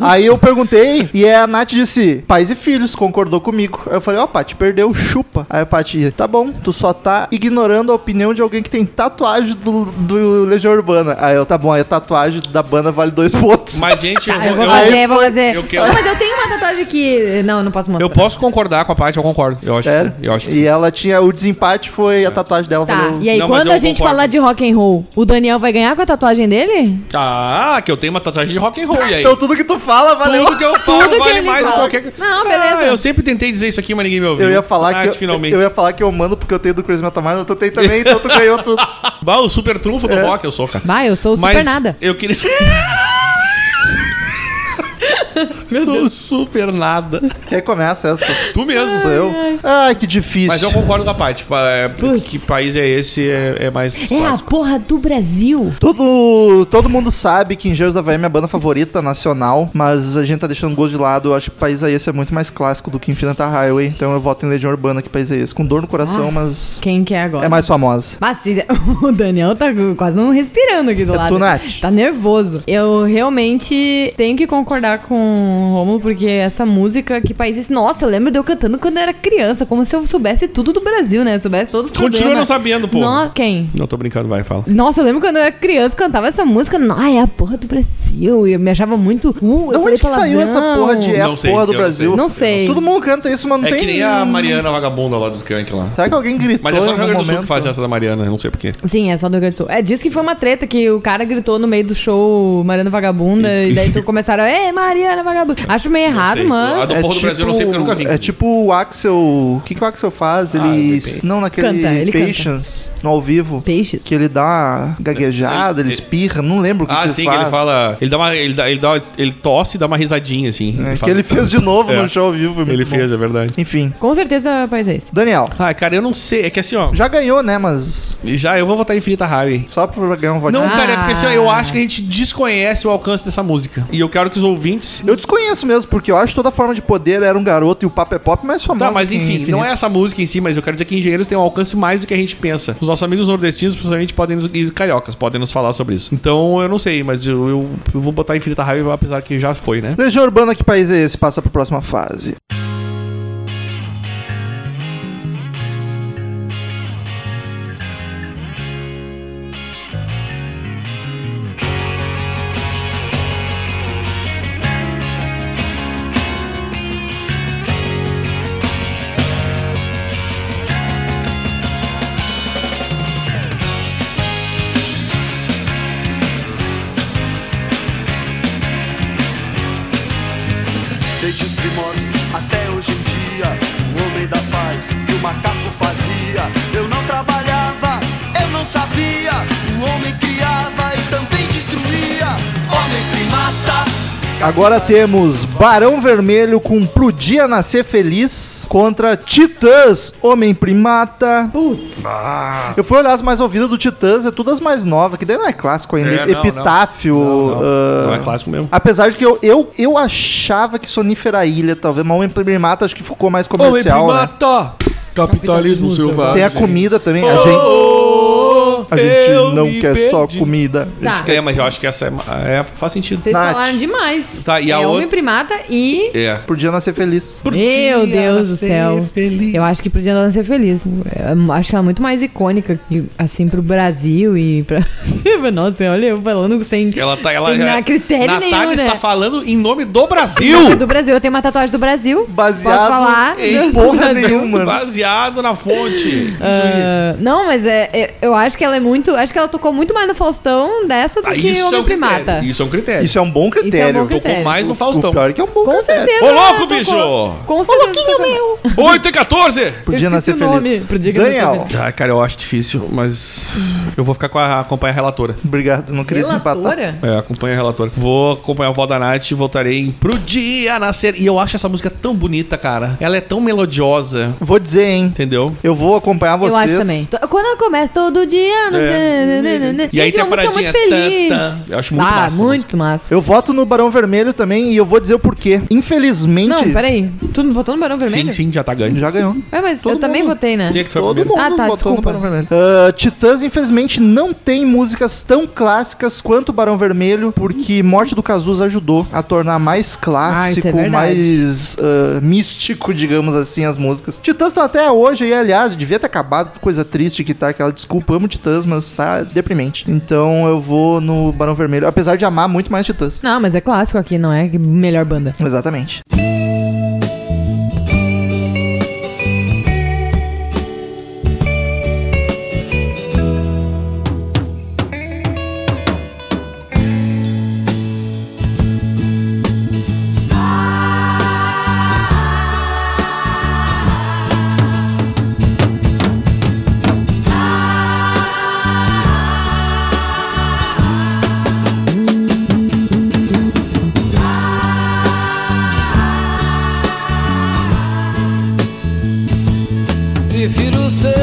[SPEAKER 2] Aí eu perguntei, e a Nath disse, pais e filhos, concordou comigo. Aí eu falei, ó, Paty, perdeu, chupa. Aí a Paty, tá bom, tu só tá ignorando a opinião de alguém que tem tatuagem do, do Legião Urbana. Aí eu, tá bom, aí a tatuagem da banda vale dois pontos.
[SPEAKER 5] Mas, gente, eu,
[SPEAKER 4] Ah, eu
[SPEAKER 5] vou-
[SPEAKER 4] vou
[SPEAKER 5] eu-
[SPEAKER 4] fazer, vou fazer.
[SPEAKER 5] eu quero-
[SPEAKER 4] Não, mas eu tenho uma tatuagem que. Não, eu não posso mostrar.
[SPEAKER 5] eu posso concordar com a parte, eu concordo. Eu acho,
[SPEAKER 2] Sério?
[SPEAKER 5] que- eu acho que
[SPEAKER 2] e ela tinha, o desempate foi, a tatuagem dela
[SPEAKER 4] Tá,
[SPEAKER 2] valeu...
[SPEAKER 4] e aí,
[SPEAKER 5] um- Não, mas
[SPEAKER 4] quando
[SPEAKER 5] eu
[SPEAKER 4] a gente
[SPEAKER 5] concordo.
[SPEAKER 4] falar de rock and roll, o Daniel vai ganhar com a tatuagem dele?
[SPEAKER 5] Ah, que eu tenho uma tatuagem de rock and roll e aí.
[SPEAKER 2] Então tudo que tu fala valeu.
[SPEAKER 5] tudo que eu falo
[SPEAKER 4] Tudo que
[SPEAKER 5] vale
[SPEAKER 4] ele
[SPEAKER 5] mais
[SPEAKER 4] fala.
[SPEAKER 5] do que qualquer
[SPEAKER 4] Não, beleza.
[SPEAKER 5] Ah, eu sempre tentei dizer isso aqui, mas ninguém me ouviu.
[SPEAKER 2] Eu ia falar
[SPEAKER 5] Nath,
[SPEAKER 2] que eu,
[SPEAKER 5] Ah, finalmente.
[SPEAKER 2] eu ia falar que eu mando porque eu tenho do Crazy Metal Mind, eu tu tem também, então tu ganhou
[SPEAKER 4] [laughs]
[SPEAKER 2] tudo.
[SPEAKER 5] Bah, o super trunfo do rock eu sou, cara.
[SPEAKER 4] Vai, eu sou o super nada.
[SPEAKER 5] eu queria Meu sou super nada.
[SPEAKER 2] Quem começa essa?
[SPEAKER 5] Tu mesmo.
[SPEAKER 2] Sou eu. Ai, que difícil.
[SPEAKER 5] Mas eu concordo com a Paty. tipo, é,
[SPEAKER 4] Putz.
[SPEAKER 5] que país é esse é, é mais
[SPEAKER 4] É a
[SPEAKER 5] clássico.
[SPEAKER 4] porra do Brasil.
[SPEAKER 2] Todo, todo mundo sabe que Engenheiros da Havaí é minha banda favorita nacional, mas a gente tá deixando o gosto de lado. Eu acho que País é Esse é muito mais clássico do que Infinita Highway, então eu voto em Legião Urbana que País é Esse. Com dor no coração, mas
[SPEAKER 4] Quem que é agora?
[SPEAKER 2] é mais famosa.
[SPEAKER 4] Mas se- [laughs] o Daniel tá quase não respirando aqui do
[SPEAKER 2] É
[SPEAKER 4] lado.
[SPEAKER 2] tu, Nath.
[SPEAKER 4] Tá nervoso. Eu realmente tenho que concordar com com o Romulo, porque essa música, que país é esse? Nossa, eu lembro de eu cantando quando eu era criança, como se eu soubesse tudo do Brasil, né? Eu soubesse todos os
[SPEAKER 5] Continua
[SPEAKER 4] problemas.
[SPEAKER 5] não sabendo, pô.
[SPEAKER 4] Nó- quem?
[SPEAKER 5] Não, tô brincando, vai, fala.
[SPEAKER 4] Nossa, eu lembro quando eu era criança, cantava essa música. nó, é a porra do Brasil. E eu me achava muito. Uh,
[SPEAKER 2] Da
[SPEAKER 4] eu
[SPEAKER 2] onde
[SPEAKER 4] falei
[SPEAKER 2] que saiu
[SPEAKER 4] palavrão.
[SPEAKER 2] essa porra de é a
[SPEAKER 5] Não sei,
[SPEAKER 2] porra do
[SPEAKER 5] eu não
[SPEAKER 2] Brasil?
[SPEAKER 4] Não sei.
[SPEAKER 2] Todo mundo canta isso, mas não
[SPEAKER 5] É
[SPEAKER 2] tem.
[SPEAKER 5] que nem a Mariana Vagabunda lá dos Skank lá.
[SPEAKER 2] Será que alguém gritou?
[SPEAKER 5] Mas é só
[SPEAKER 2] em
[SPEAKER 5] no Rio Grande
[SPEAKER 2] algum
[SPEAKER 5] do Sul
[SPEAKER 2] momento?
[SPEAKER 5] que faz essa da Mariana, eu não sei porquê.
[SPEAKER 4] Sim, é só do Rio Grande do Sul. É, diz que foi uma treta que o cara gritou no meio do show Mariana Vagabunda e daí tu começaram, ei, Mariana Vagabunda. Acho meio errado,
[SPEAKER 5] sei. A
[SPEAKER 4] mas
[SPEAKER 5] do- Então, Porra do Brasil, eu não sei porque eu nunca vi.
[SPEAKER 2] É tipo o Axel. O que, que o Axel faz? Ele.
[SPEAKER 5] depende.
[SPEAKER 2] não, naquele
[SPEAKER 4] Canta, ele canta.
[SPEAKER 2] Patience, no ao vivo.
[SPEAKER 4] peixe.
[SPEAKER 2] Que ele dá uma gaguejada, ele espirra, não lembro o que,
[SPEAKER 5] Ah,
[SPEAKER 2] que
[SPEAKER 5] sim,
[SPEAKER 2] ele
[SPEAKER 5] que ele
[SPEAKER 2] faz.
[SPEAKER 5] fala. Ele dá uma. Ele, dá, ele, dá, ele tosse e dá uma risadinha, assim.
[SPEAKER 2] É, que
[SPEAKER 5] fala-
[SPEAKER 2] ele fez de novo
[SPEAKER 5] [laughs] É.
[SPEAKER 2] no show ao vivo. é muito
[SPEAKER 5] Ele
[SPEAKER 2] bom.
[SPEAKER 5] fez, é verdade.
[SPEAKER 2] Enfim.
[SPEAKER 4] Com certeza, país é esse.
[SPEAKER 2] Daniel,
[SPEAKER 5] Ah, cara, eu não sei. É que assim, ó.
[SPEAKER 2] já ganhou, né? Mas.
[SPEAKER 5] Já eu vou votar em Infinita Highway.
[SPEAKER 2] Só pra ganhar um votinho.
[SPEAKER 5] Não,
[SPEAKER 4] Ah.
[SPEAKER 5] cara, é porque assim, ó, eu acho que a gente desconhece o alcance dessa música. E eu quero que os ouvintes.
[SPEAKER 2] Eu desconheço mesmo, porque eu acho toda forma de poder era um garoto e o papo é pop mais famoso.
[SPEAKER 5] Tá, mas
[SPEAKER 2] que
[SPEAKER 5] enfim,
[SPEAKER 2] Infinito.
[SPEAKER 5] não é essa música em si, mas eu quero dizer que engenheiros têm um alcance mais do que a gente pensa. Os nossos amigos nordestinos, principalmente, podem nos, e cariocas, podem nos falar sobre isso. Então eu não sei, mas eu, eu, eu vou botar Infinita Highway, apesar que já foi, né?
[SPEAKER 2] Legião Urbana, que país é esse? Passa pra próxima fase.
[SPEAKER 7] Desde os primórdios até hoje em dia, o homem da paz o que o macaco fazia. Eu não trabalhava, eu não sabia. O homem criava e também destruía. Homem primata.
[SPEAKER 2] Agora temos Barão Vermelho com Pro Dia Nascer Feliz contra Titãs, Homem Primata.
[SPEAKER 4] Putz.
[SPEAKER 2] Eu fui olhar as mais ouvidas do Titãs, é todas as mais novas, que daí não é clássico ainda.
[SPEAKER 5] É, não,
[SPEAKER 2] Epitáfio.
[SPEAKER 5] Não, não.
[SPEAKER 2] ah,
[SPEAKER 5] Não é clássico mesmo.
[SPEAKER 2] Apesar de que eu, eu, eu achava que Sonífera Ilha, talvez, mas Homem Primata acho que ficou mais comercial, né?
[SPEAKER 4] Capitalismo selvagem.
[SPEAKER 2] Tem a comida também, a gente... A gente não quer só comida.
[SPEAKER 4] Tá.
[SPEAKER 5] É, mas eu acho que essa é, é- faz sentido.
[SPEAKER 4] Vocês
[SPEAKER 2] Nath.
[SPEAKER 4] falaram demais.
[SPEAKER 5] Tá, e a
[SPEAKER 4] é
[SPEAKER 5] outra-
[SPEAKER 4] homem primata e.
[SPEAKER 5] É.
[SPEAKER 2] Pro dia nascer feliz.
[SPEAKER 4] Meu Deus do céu. Eu acho que podia não ser feliz. Eu acho que ela é muito mais icônica, e, assim, pro Brasil e pra. [laughs] Nossa, olha, eu falando sem.
[SPEAKER 5] Ela tá. Ela,
[SPEAKER 4] sem dar critério
[SPEAKER 5] Natália
[SPEAKER 4] nenhum,
[SPEAKER 5] está
[SPEAKER 4] né?
[SPEAKER 5] falando em nome do
[SPEAKER 4] É
[SPEAKER 5] Brasil!
[SPEAKER 4] Do Brasil, eu tenho uma tatuagem do Brasil.
[SPEAKER 2] Baseado
[SPEAKER 4] Posso falar?
[SPEAKER 2] em
[SPEAKER 4] [laughs]
[SPEAKER 2] porra nenhuma.
[SPEAKER 5] Baseado na fonte.
[SPEAKER 4] Ah, não, mas é, é- eu acho que ela é muito. Acho que ela tocou muito mais no Faustão dessa do
[SPEAKER 5] Ah,
[SPEAKER 4] que
[SPEAKER 5] isso, é
[SPEAKER 4] Homem
[SPEAKER 5] um
[SPEAKER 4] Primata.
[SPEAKER 5] critério, isso é um critério.
[SPEAKER 2] Isso é um bom critério.
[SPEAKER 4] bom critério.
[SPEAKER 5] Tocou mais no
[SPEAKER 2] O
[SPEAKER 5] Faustão.
[SPEAKER 2] pior é que é um bom
[SPEAKER 4] Com
[SPEAKER 2] critério.
[SPEAKER 4] certeza.
[SPEAKER 5] Ô,
[SPEAKER 4] ela
[SPEAKER 5] louco,
[SPEAKER 4] tocou.
[SPEAKER 5] bicho!
[SPEAKER 4] Com certeza. tocou.
[SPEAKER 5] 8 e 14!
[SPEAKER 2] Pro dia
[SPEAKER 4] Eu
[SPEAKER 2] nascer
[SPEAKER 4] esqueci o nome,
[SPEAKER 2] feliz.
[SPEAKER 4] pro dia que
[SPEAKER 2] Daniel,
[SPEAKER 4] nascer
[SPEAKER 5] Ah, cara, eu acho difícil, mas eu vou ficar com a acompanha a relatora.
[SPEAKER 2] obrigado. Não queria desempatar.
[SPEAKER 4] Relatora?
[SPEAKER 5] É, acompanha a relatora. Vou acompanhar a vó da Nath e voltarei em pro dia nascer. E eu acho essa música tão bonita, cara. Ela é tão melodiosa,
[SPEAKER 2] Vou dizer, hein.
[SPEAKER 5] entendeu?
[SPEAKER 2] Eu vou acompanhar vocês.
[SPEAKER 4] Eu acho também. T- Quando ela começa todo dia. não sei, né, né, né.
[SPEAKER 5] É. E aí
[SPEAKER 4] Gente,
[SPEAKER 5] tem a
[SPEAKER 4] uma música muito
[SPEAKER 5] paradinha.
[SPEAKER 4] feliz.
[SPEAKER 5] tan, tan. Eu acho muito
[SPEAKER 4] ah,
[SPEAKER 5] massa.
[SPEAKER 4] muito massa.
[SPEAKER 2] Eu voto no Barão Vermelho também e eu vou dizer o porquê. Infelizmente.
[SPEAKER 4] Não, peraí. Tu votou no Barão
[SPEAKER 5] Sim,
[SPEAKER 4] Vermelho?
[SPEAKER 5] sim, já tá ganho.
[SPEAKER 2] Já ganhou.
[SPEAKER 4] Ué, mas
[SPEAKER 2] Todo
[SPEAKER 4] eu também
[SPEAKER 2] mundo.
[SPEAKER 4] votei, né?
[SPEAKER 5] Sim, é que foi o
[SPEAKER 2] Todo
[SPEAKER 5] primeiro.
[SPEAKER 2] mundo
[SPEAKER 4] Ah, tá,
[SPEAKER 2] votou
[SPEAKER 4] desculpa.
[SPEAKER 2] no Barão Vermelho. Ah, Titãs, infelizmente, não tem músicas tão clássicas quanto o Barão Vermelho, porque Morte do Cazuza ajudou a tornar mais
[SPEAKER 4] Ah, isso
[SPEAKER 2] clássico,
[SPEAKER 4] é verdade.
[SPEAKER 2] mais ah, místico, digamos assim, as músicas. Titãs estão até hoje, e aliás, devia ter acabado, que coisa triste que tá aquela desculpa, amo Titãs, mas tá deprimente. Então eu vou no Barão Vermelho, apesar de amar muito mais Titãs.
[SPEAKER 4] Não, mas é clássico aqui, não é? Que Melhor banda.
[SPEAKER 2] Exatamente.
[SPEAKER 8] Prefiro ser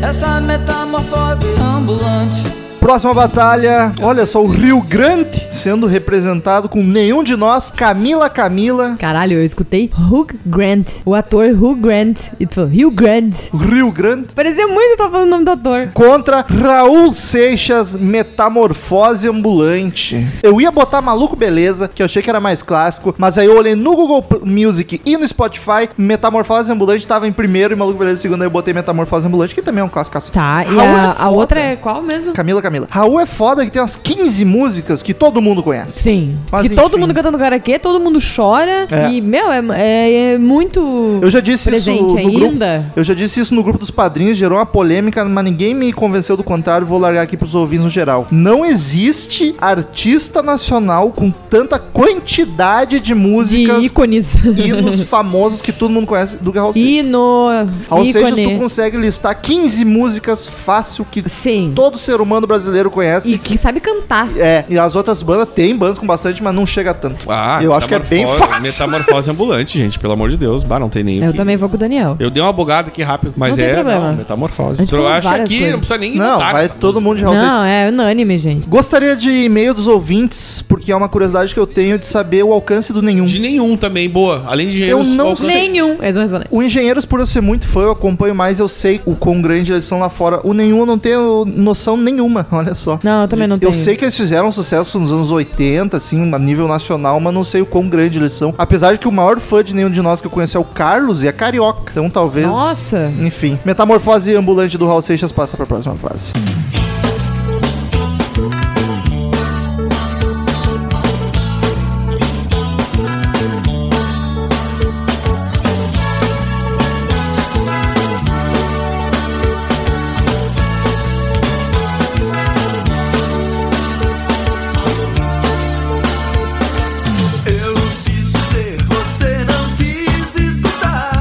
[SPEAKER 8] essa metamorfose ambulante.
[SPEAKER 2] Próxima batalha, olha só, o Rio Grande se sendo representado com nenhum de nós, Camila Camila,
[SPEAKER 4] Caralho, eu escutei Hugh Grant, o ator Hugh Grant. E tu falou, Hugh Grant.
[SPEAKER 2] Rio Grande,
[SPEAKER 4] Parecia muito que tá falando o nome do ator.
[SPEAKER 2] contra Raul Seixas, Metamorfose Ambulante. Eu ia botar Maluco Beleza, que eu achei que era mais clássico, mas aí eu olhei no Google P- Music e no Spotify, Metamorfose Ambulante tava em primeiro e Maluco Beleza em segundo, aí eu botei Metamorfose Ambulante, que também é um clássico.
[SPEAKER 4] Tá, e
[SPEAKER 2] Raul
[SPEAKER 4] a,
[SPEAKER 2] é
[SPEAKER 4] a
[SPEAKER 2] foda.
[SPEAKER 4] outra é qual mesmo?
[SPEAKER 2] Camila, Camila. Raul é foda que tem umas 15 músicas que todo mundo conhece.
[SPEAKER 4] Sim.
[SPEAKER 2] Mas
[SPEAKER 4] que todo
[SPEAKER 2] enfim.
[SPEAKER 4] mundo cantando karaokê, todo mundo chora.
[SPEAKER 2] É.
[SPEAKER 4] E, meu, é, é- é muito.
[SPEAKER 2] Eu já disse
[SPEAKER 4] presente
[SPEAKER 2] isso no
[SPEAKER 4] ainda.
[SPEAKER 2] grupo. Eu já disse isso no grupo dos padrinhos, gerou uma polêmica, mas ninguém me convenceu do contrário, vou largar aqui pros ouvintes no geral. Não existe artista nacional com tanta quantidade de músicas
[SPEAKER 4] de ícones.
[SPEAKER 2] hinos famosos que todo mundo conhece do que Raul Seixas.
[SPEAKER 4] [laughs] Hino.
[SPEAKER 2] Raul Seixas, tu
[SPEAKER 4] ícone.
[SPEAKER 2] consegue listar 15 músicas fácil que
[SPEAKER 4] Sim.
[SPEAKER 2] todo ser humano brasileiro conhece.
[SPEAKER 4] E que sabe cantar.
[SPEAKER 2] É, e as outras bandas, tem bandas com bastante, mas não chega tanto.
[SPEAKER 5] Ah,
[SPEAKER 2] eu acho que é bem
[SPEAKER 5] metamorfose-
[SPEAKER 2] fácil.
[SPEAKER 5] Metamorfose ambulante, gente, pelo amor de Deus. Bah, não tem nem. o
[SPEAKER 4] Eu
[SPEAKER 5] que-
[SPEAKER 4] também vou com o Daniel.
[SPEAKER 5] Eu dei uma bugada aqui rápido, mas
[SPEAKER 4] Não tem
[SPEAKER 5] é
[SPEAKER 4] problema.
[SPEAKER 5] não, metamorfose.
[SPEAKER 4] A gente
[SPEAKER 5] Eu
[SPEAKER 4] falou
[SPEAKER 5] acho que
[SPEAKER 4] várias
[SPEAKER 5] aqui
[SPEAKER 4] coisas.
[SPEAKER 5] não precisa nem
[SPEAKER 2] Não,
[SPEAKER 5] mudar
[SPEAKER 2] vai
[SPEAKER 5] essa
[SPEAKER 2] todo mundo de Raul Seixas.
[SPEAKER 4] Não, é unânime, gente.
[SPEAKER 2] Gostaria de e-mail dos ouvintes, porque é uma curiosidade que eu tenho de saber o alcance do nenhum.
[SPEAKER 5] De nenhum também, boa. Além de engenheiros,
[SPEAKER 2] Eu não
[SPEAKER 5] alcance-
[SPEAKER 2] sei.
[SPEAKER 4] Nenhum. É Eles vão responder.
[SPEAKER 2] O Engenheiros, por eu ser muito fã, eu acompanho mais, eu sei o quão grande eles são lá fora. O nenhum eu não tenho noção nenhuma, [laughs] olha só.
[SPEAKER 4] Não, eu também não tenho.
[SPEAKER 2] Eu sei que eles fizeram sucesso nos anos 80, assim, a nível nacional, mas não sei o quão grande eles são. Apesar de que o maior fã de nenhum de nós que eu conheço é o Carlos e é carioca. Então talvez.
[SPEAKER 4] Nossa.
[SPEAKER 2] Enfim. Metamorfose ambulante do Raul Seixas passa pra próxima fase.
[SPEAKER 7] Eu quis dizer, você não quis escutar.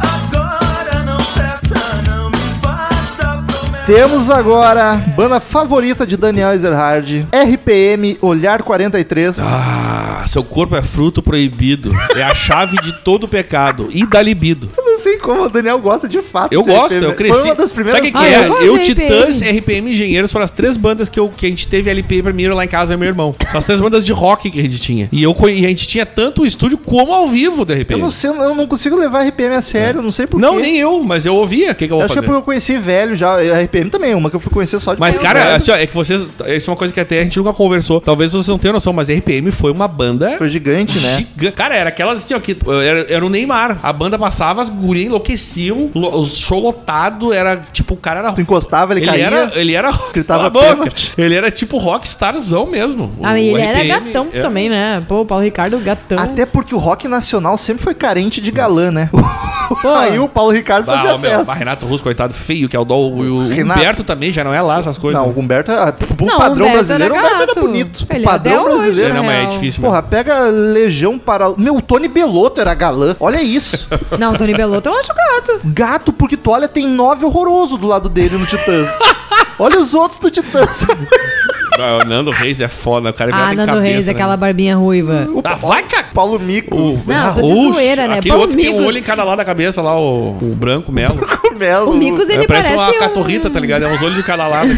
[SPEAKER 7] Agora não peça, não me faça promessa.
[SPEAKER 2] Temos agora banda favorita de Daniel Ezerhard, RPM Olhar 43.
[SPEAKER 5] Ah, seu corpo é fruto proibido. É a chave de todo pecado e da libido.
[SPEAKER 2] Eu não sei como o Daniel gosta de fato.
[SPEAKER 5] Eu
[SPEAKER 2] de
[SPEAKER 5] gosto,
[SPEAKER 2] RPM.
[SPEAKER 5] eu cresci.
[SPEAKER 2] Foi uma das primeiras
[SPEAKER 5] Sabe o que,
[SPEAKER 4] Ah,
[SPEAKER 5] que é?
[SPEAKER 4] eu gosto
[SPEAKER 5] Eu,
[SPEAKER 4] de
[SPEAKER 5] Titãs,
[SPEAKER 4] RPM.
[SPEAKER 5] RPM e Engenheiros foram as três bandas que, eu, que a gente teve LP primeiro lá em casa, eu e meu irmão. Foram As três bandas de rock que a gente tinha. E, eu, co- e a gente tinha tanto o estúdio como ao vivo do
[SPEAKER 2] Ah, Eu
[SPEAKER 5] RPM.
[SPEAKER 2] não sei, eu não consigo levar RPM a sério, não sei porquê.
[SPEAKER 5] É. Não, nem eu, mas eu ouvia. O que, que
[SPEAKER 2] Eu
[SPEAKER 5] eu vou
[SPEAKER 2] acho que é
[SPEAKER 5] fazer?
[SPEAKER 2] porque eu conheci velho já. A RPM também é uma que eu fui conhecer só de né?
[SPEAKER 5] Mas,
[SPEAKER 2] velho.
[SPEAKER 5] cara, assim, ó, é que vocês. Isso é uma coisa que até a gente nunca conversou. Talvez vocês não tenham noção, mas RPM foi uma banda.
[SPEAKER 2] Foi gigante, né?
[SPEAKER 5] giga- Cara, era aquelas assim, ó, que era, era o Neymar. A banda passava, as gurias enlouqueciam, lo- o show lotado, era tipo, o cara era.
[SPEAKER 2] Tu encostava, ele,
[SPEAKER 5] Ele
[SPEAKER 2] caía.
[SPEAKER 5] era,
[SPEAKER 2] [laughs]
[SPEAKER 5] ele era.
[SPEAKER 2] Gritava
[SPEAKER 5] [laughs] Cala a boca.
[SPEAKER 2] pênalti.
[SPEAKER 5] Ele era tipo rockstarzão mesmo. O
[SPEAKER 4] Ah, mas ele
[SPEAKER 5] RPM
[SPEAKER 4] era gatão
[SPEAKER 5] é-
[SPEAKER 4] também, né? Pô, o Paulo Ricardo, gatão.
[SPEAKER 2] Até porque o rock nacional sempre foi carente de galã, né? [laughs] Aí o Paulo Ricardo
[SPEAKER 5] Bah,
[SPEAKER 2] fazia
[SPEAKER 5] ó, meu,
[SPEAKER 2] festa.
[SPEAKER 5] bah, Renato Russo, coitado, feio, que é o dó. O, o
[SPEAKER 2] Renato.
[SPEAKER 5] Humberto também já não é lá essas coisas.
[SPEAKER 2] Não, o Humberto, ah, pro
[SPEAKER 4] Não, o
[SPEAKER 2] padrão
[SPEAKER 4] Humberto
[SPEAKER 2] brasileiro, o
[SPEAKER 4] era
[SPEAKER 2] Humberto era
[SPEAKER 4] gato.
[SPEAKER 2] bonito.
[SPEAKER 4] Ele
[SPEAKER 2] o
[SPEAKER 4] é
[SPEAKER 2] padrão
[SPEAKER 4] até hoje,
[SPEAKER 5] É,
[SPEAKER 2] brasileiro.
[SPEAKER 5] não, mas é
[SPEAKER 4] real.
[SPEAKER 5] difícil mesmo.
[SPEAKER 2] Porra, pega Legião para. Meu, o Tony Belotto era galã. Olha isso.
[SPEAKER 4] Não, o Tony Belotto eu acho gato.
[SPEAKER 2] Gato, porque tu olha, tem nove horroroso do lado dele no Titãs. olha os outros do Titãs.
[SPEAKER 5] Ah, o Nando Reis é foda, o cara é
[SPEAKER 4] Ah,
[SPEAKER 5] virado em
[SPEAKER 4] Nando Reis,
[SPEAKER 5] cabeça, né?
[SPEAKER 4] aquela barbinha ruiva.
[SPEAKER 2] O
[SPEAKER 5] Ah, vai, cara!
[SPEAKER 2] Paulo Micos.
[SPEAKER 4] Não,
[SPEAKER 5] Ah,
[SPEAKER 4] tô de
[SPEAKER 5] oxe,
[SPEAKER 4] zoeira, né?
[SPEAKER 5] Aquele
[SPEAKER 4] Pô,
[SPEAKER 5] outro que tem um
[SPEAKER 4] Micos.
[SPEAKER 5] olho em cada lado da cabeça lá, o, o branco mesmo.
[SPEAKER 2] O Melo.
[SPEAKER 4] O Micos, ele
[SPEAKER 5] É, parece
[SPEAKER 4] parece,
[SPEAKER 5] uma
[SPEAKER 4] um-
[SPEAKER 5] catorrita, tá ligado? É uns olhos de cada lado.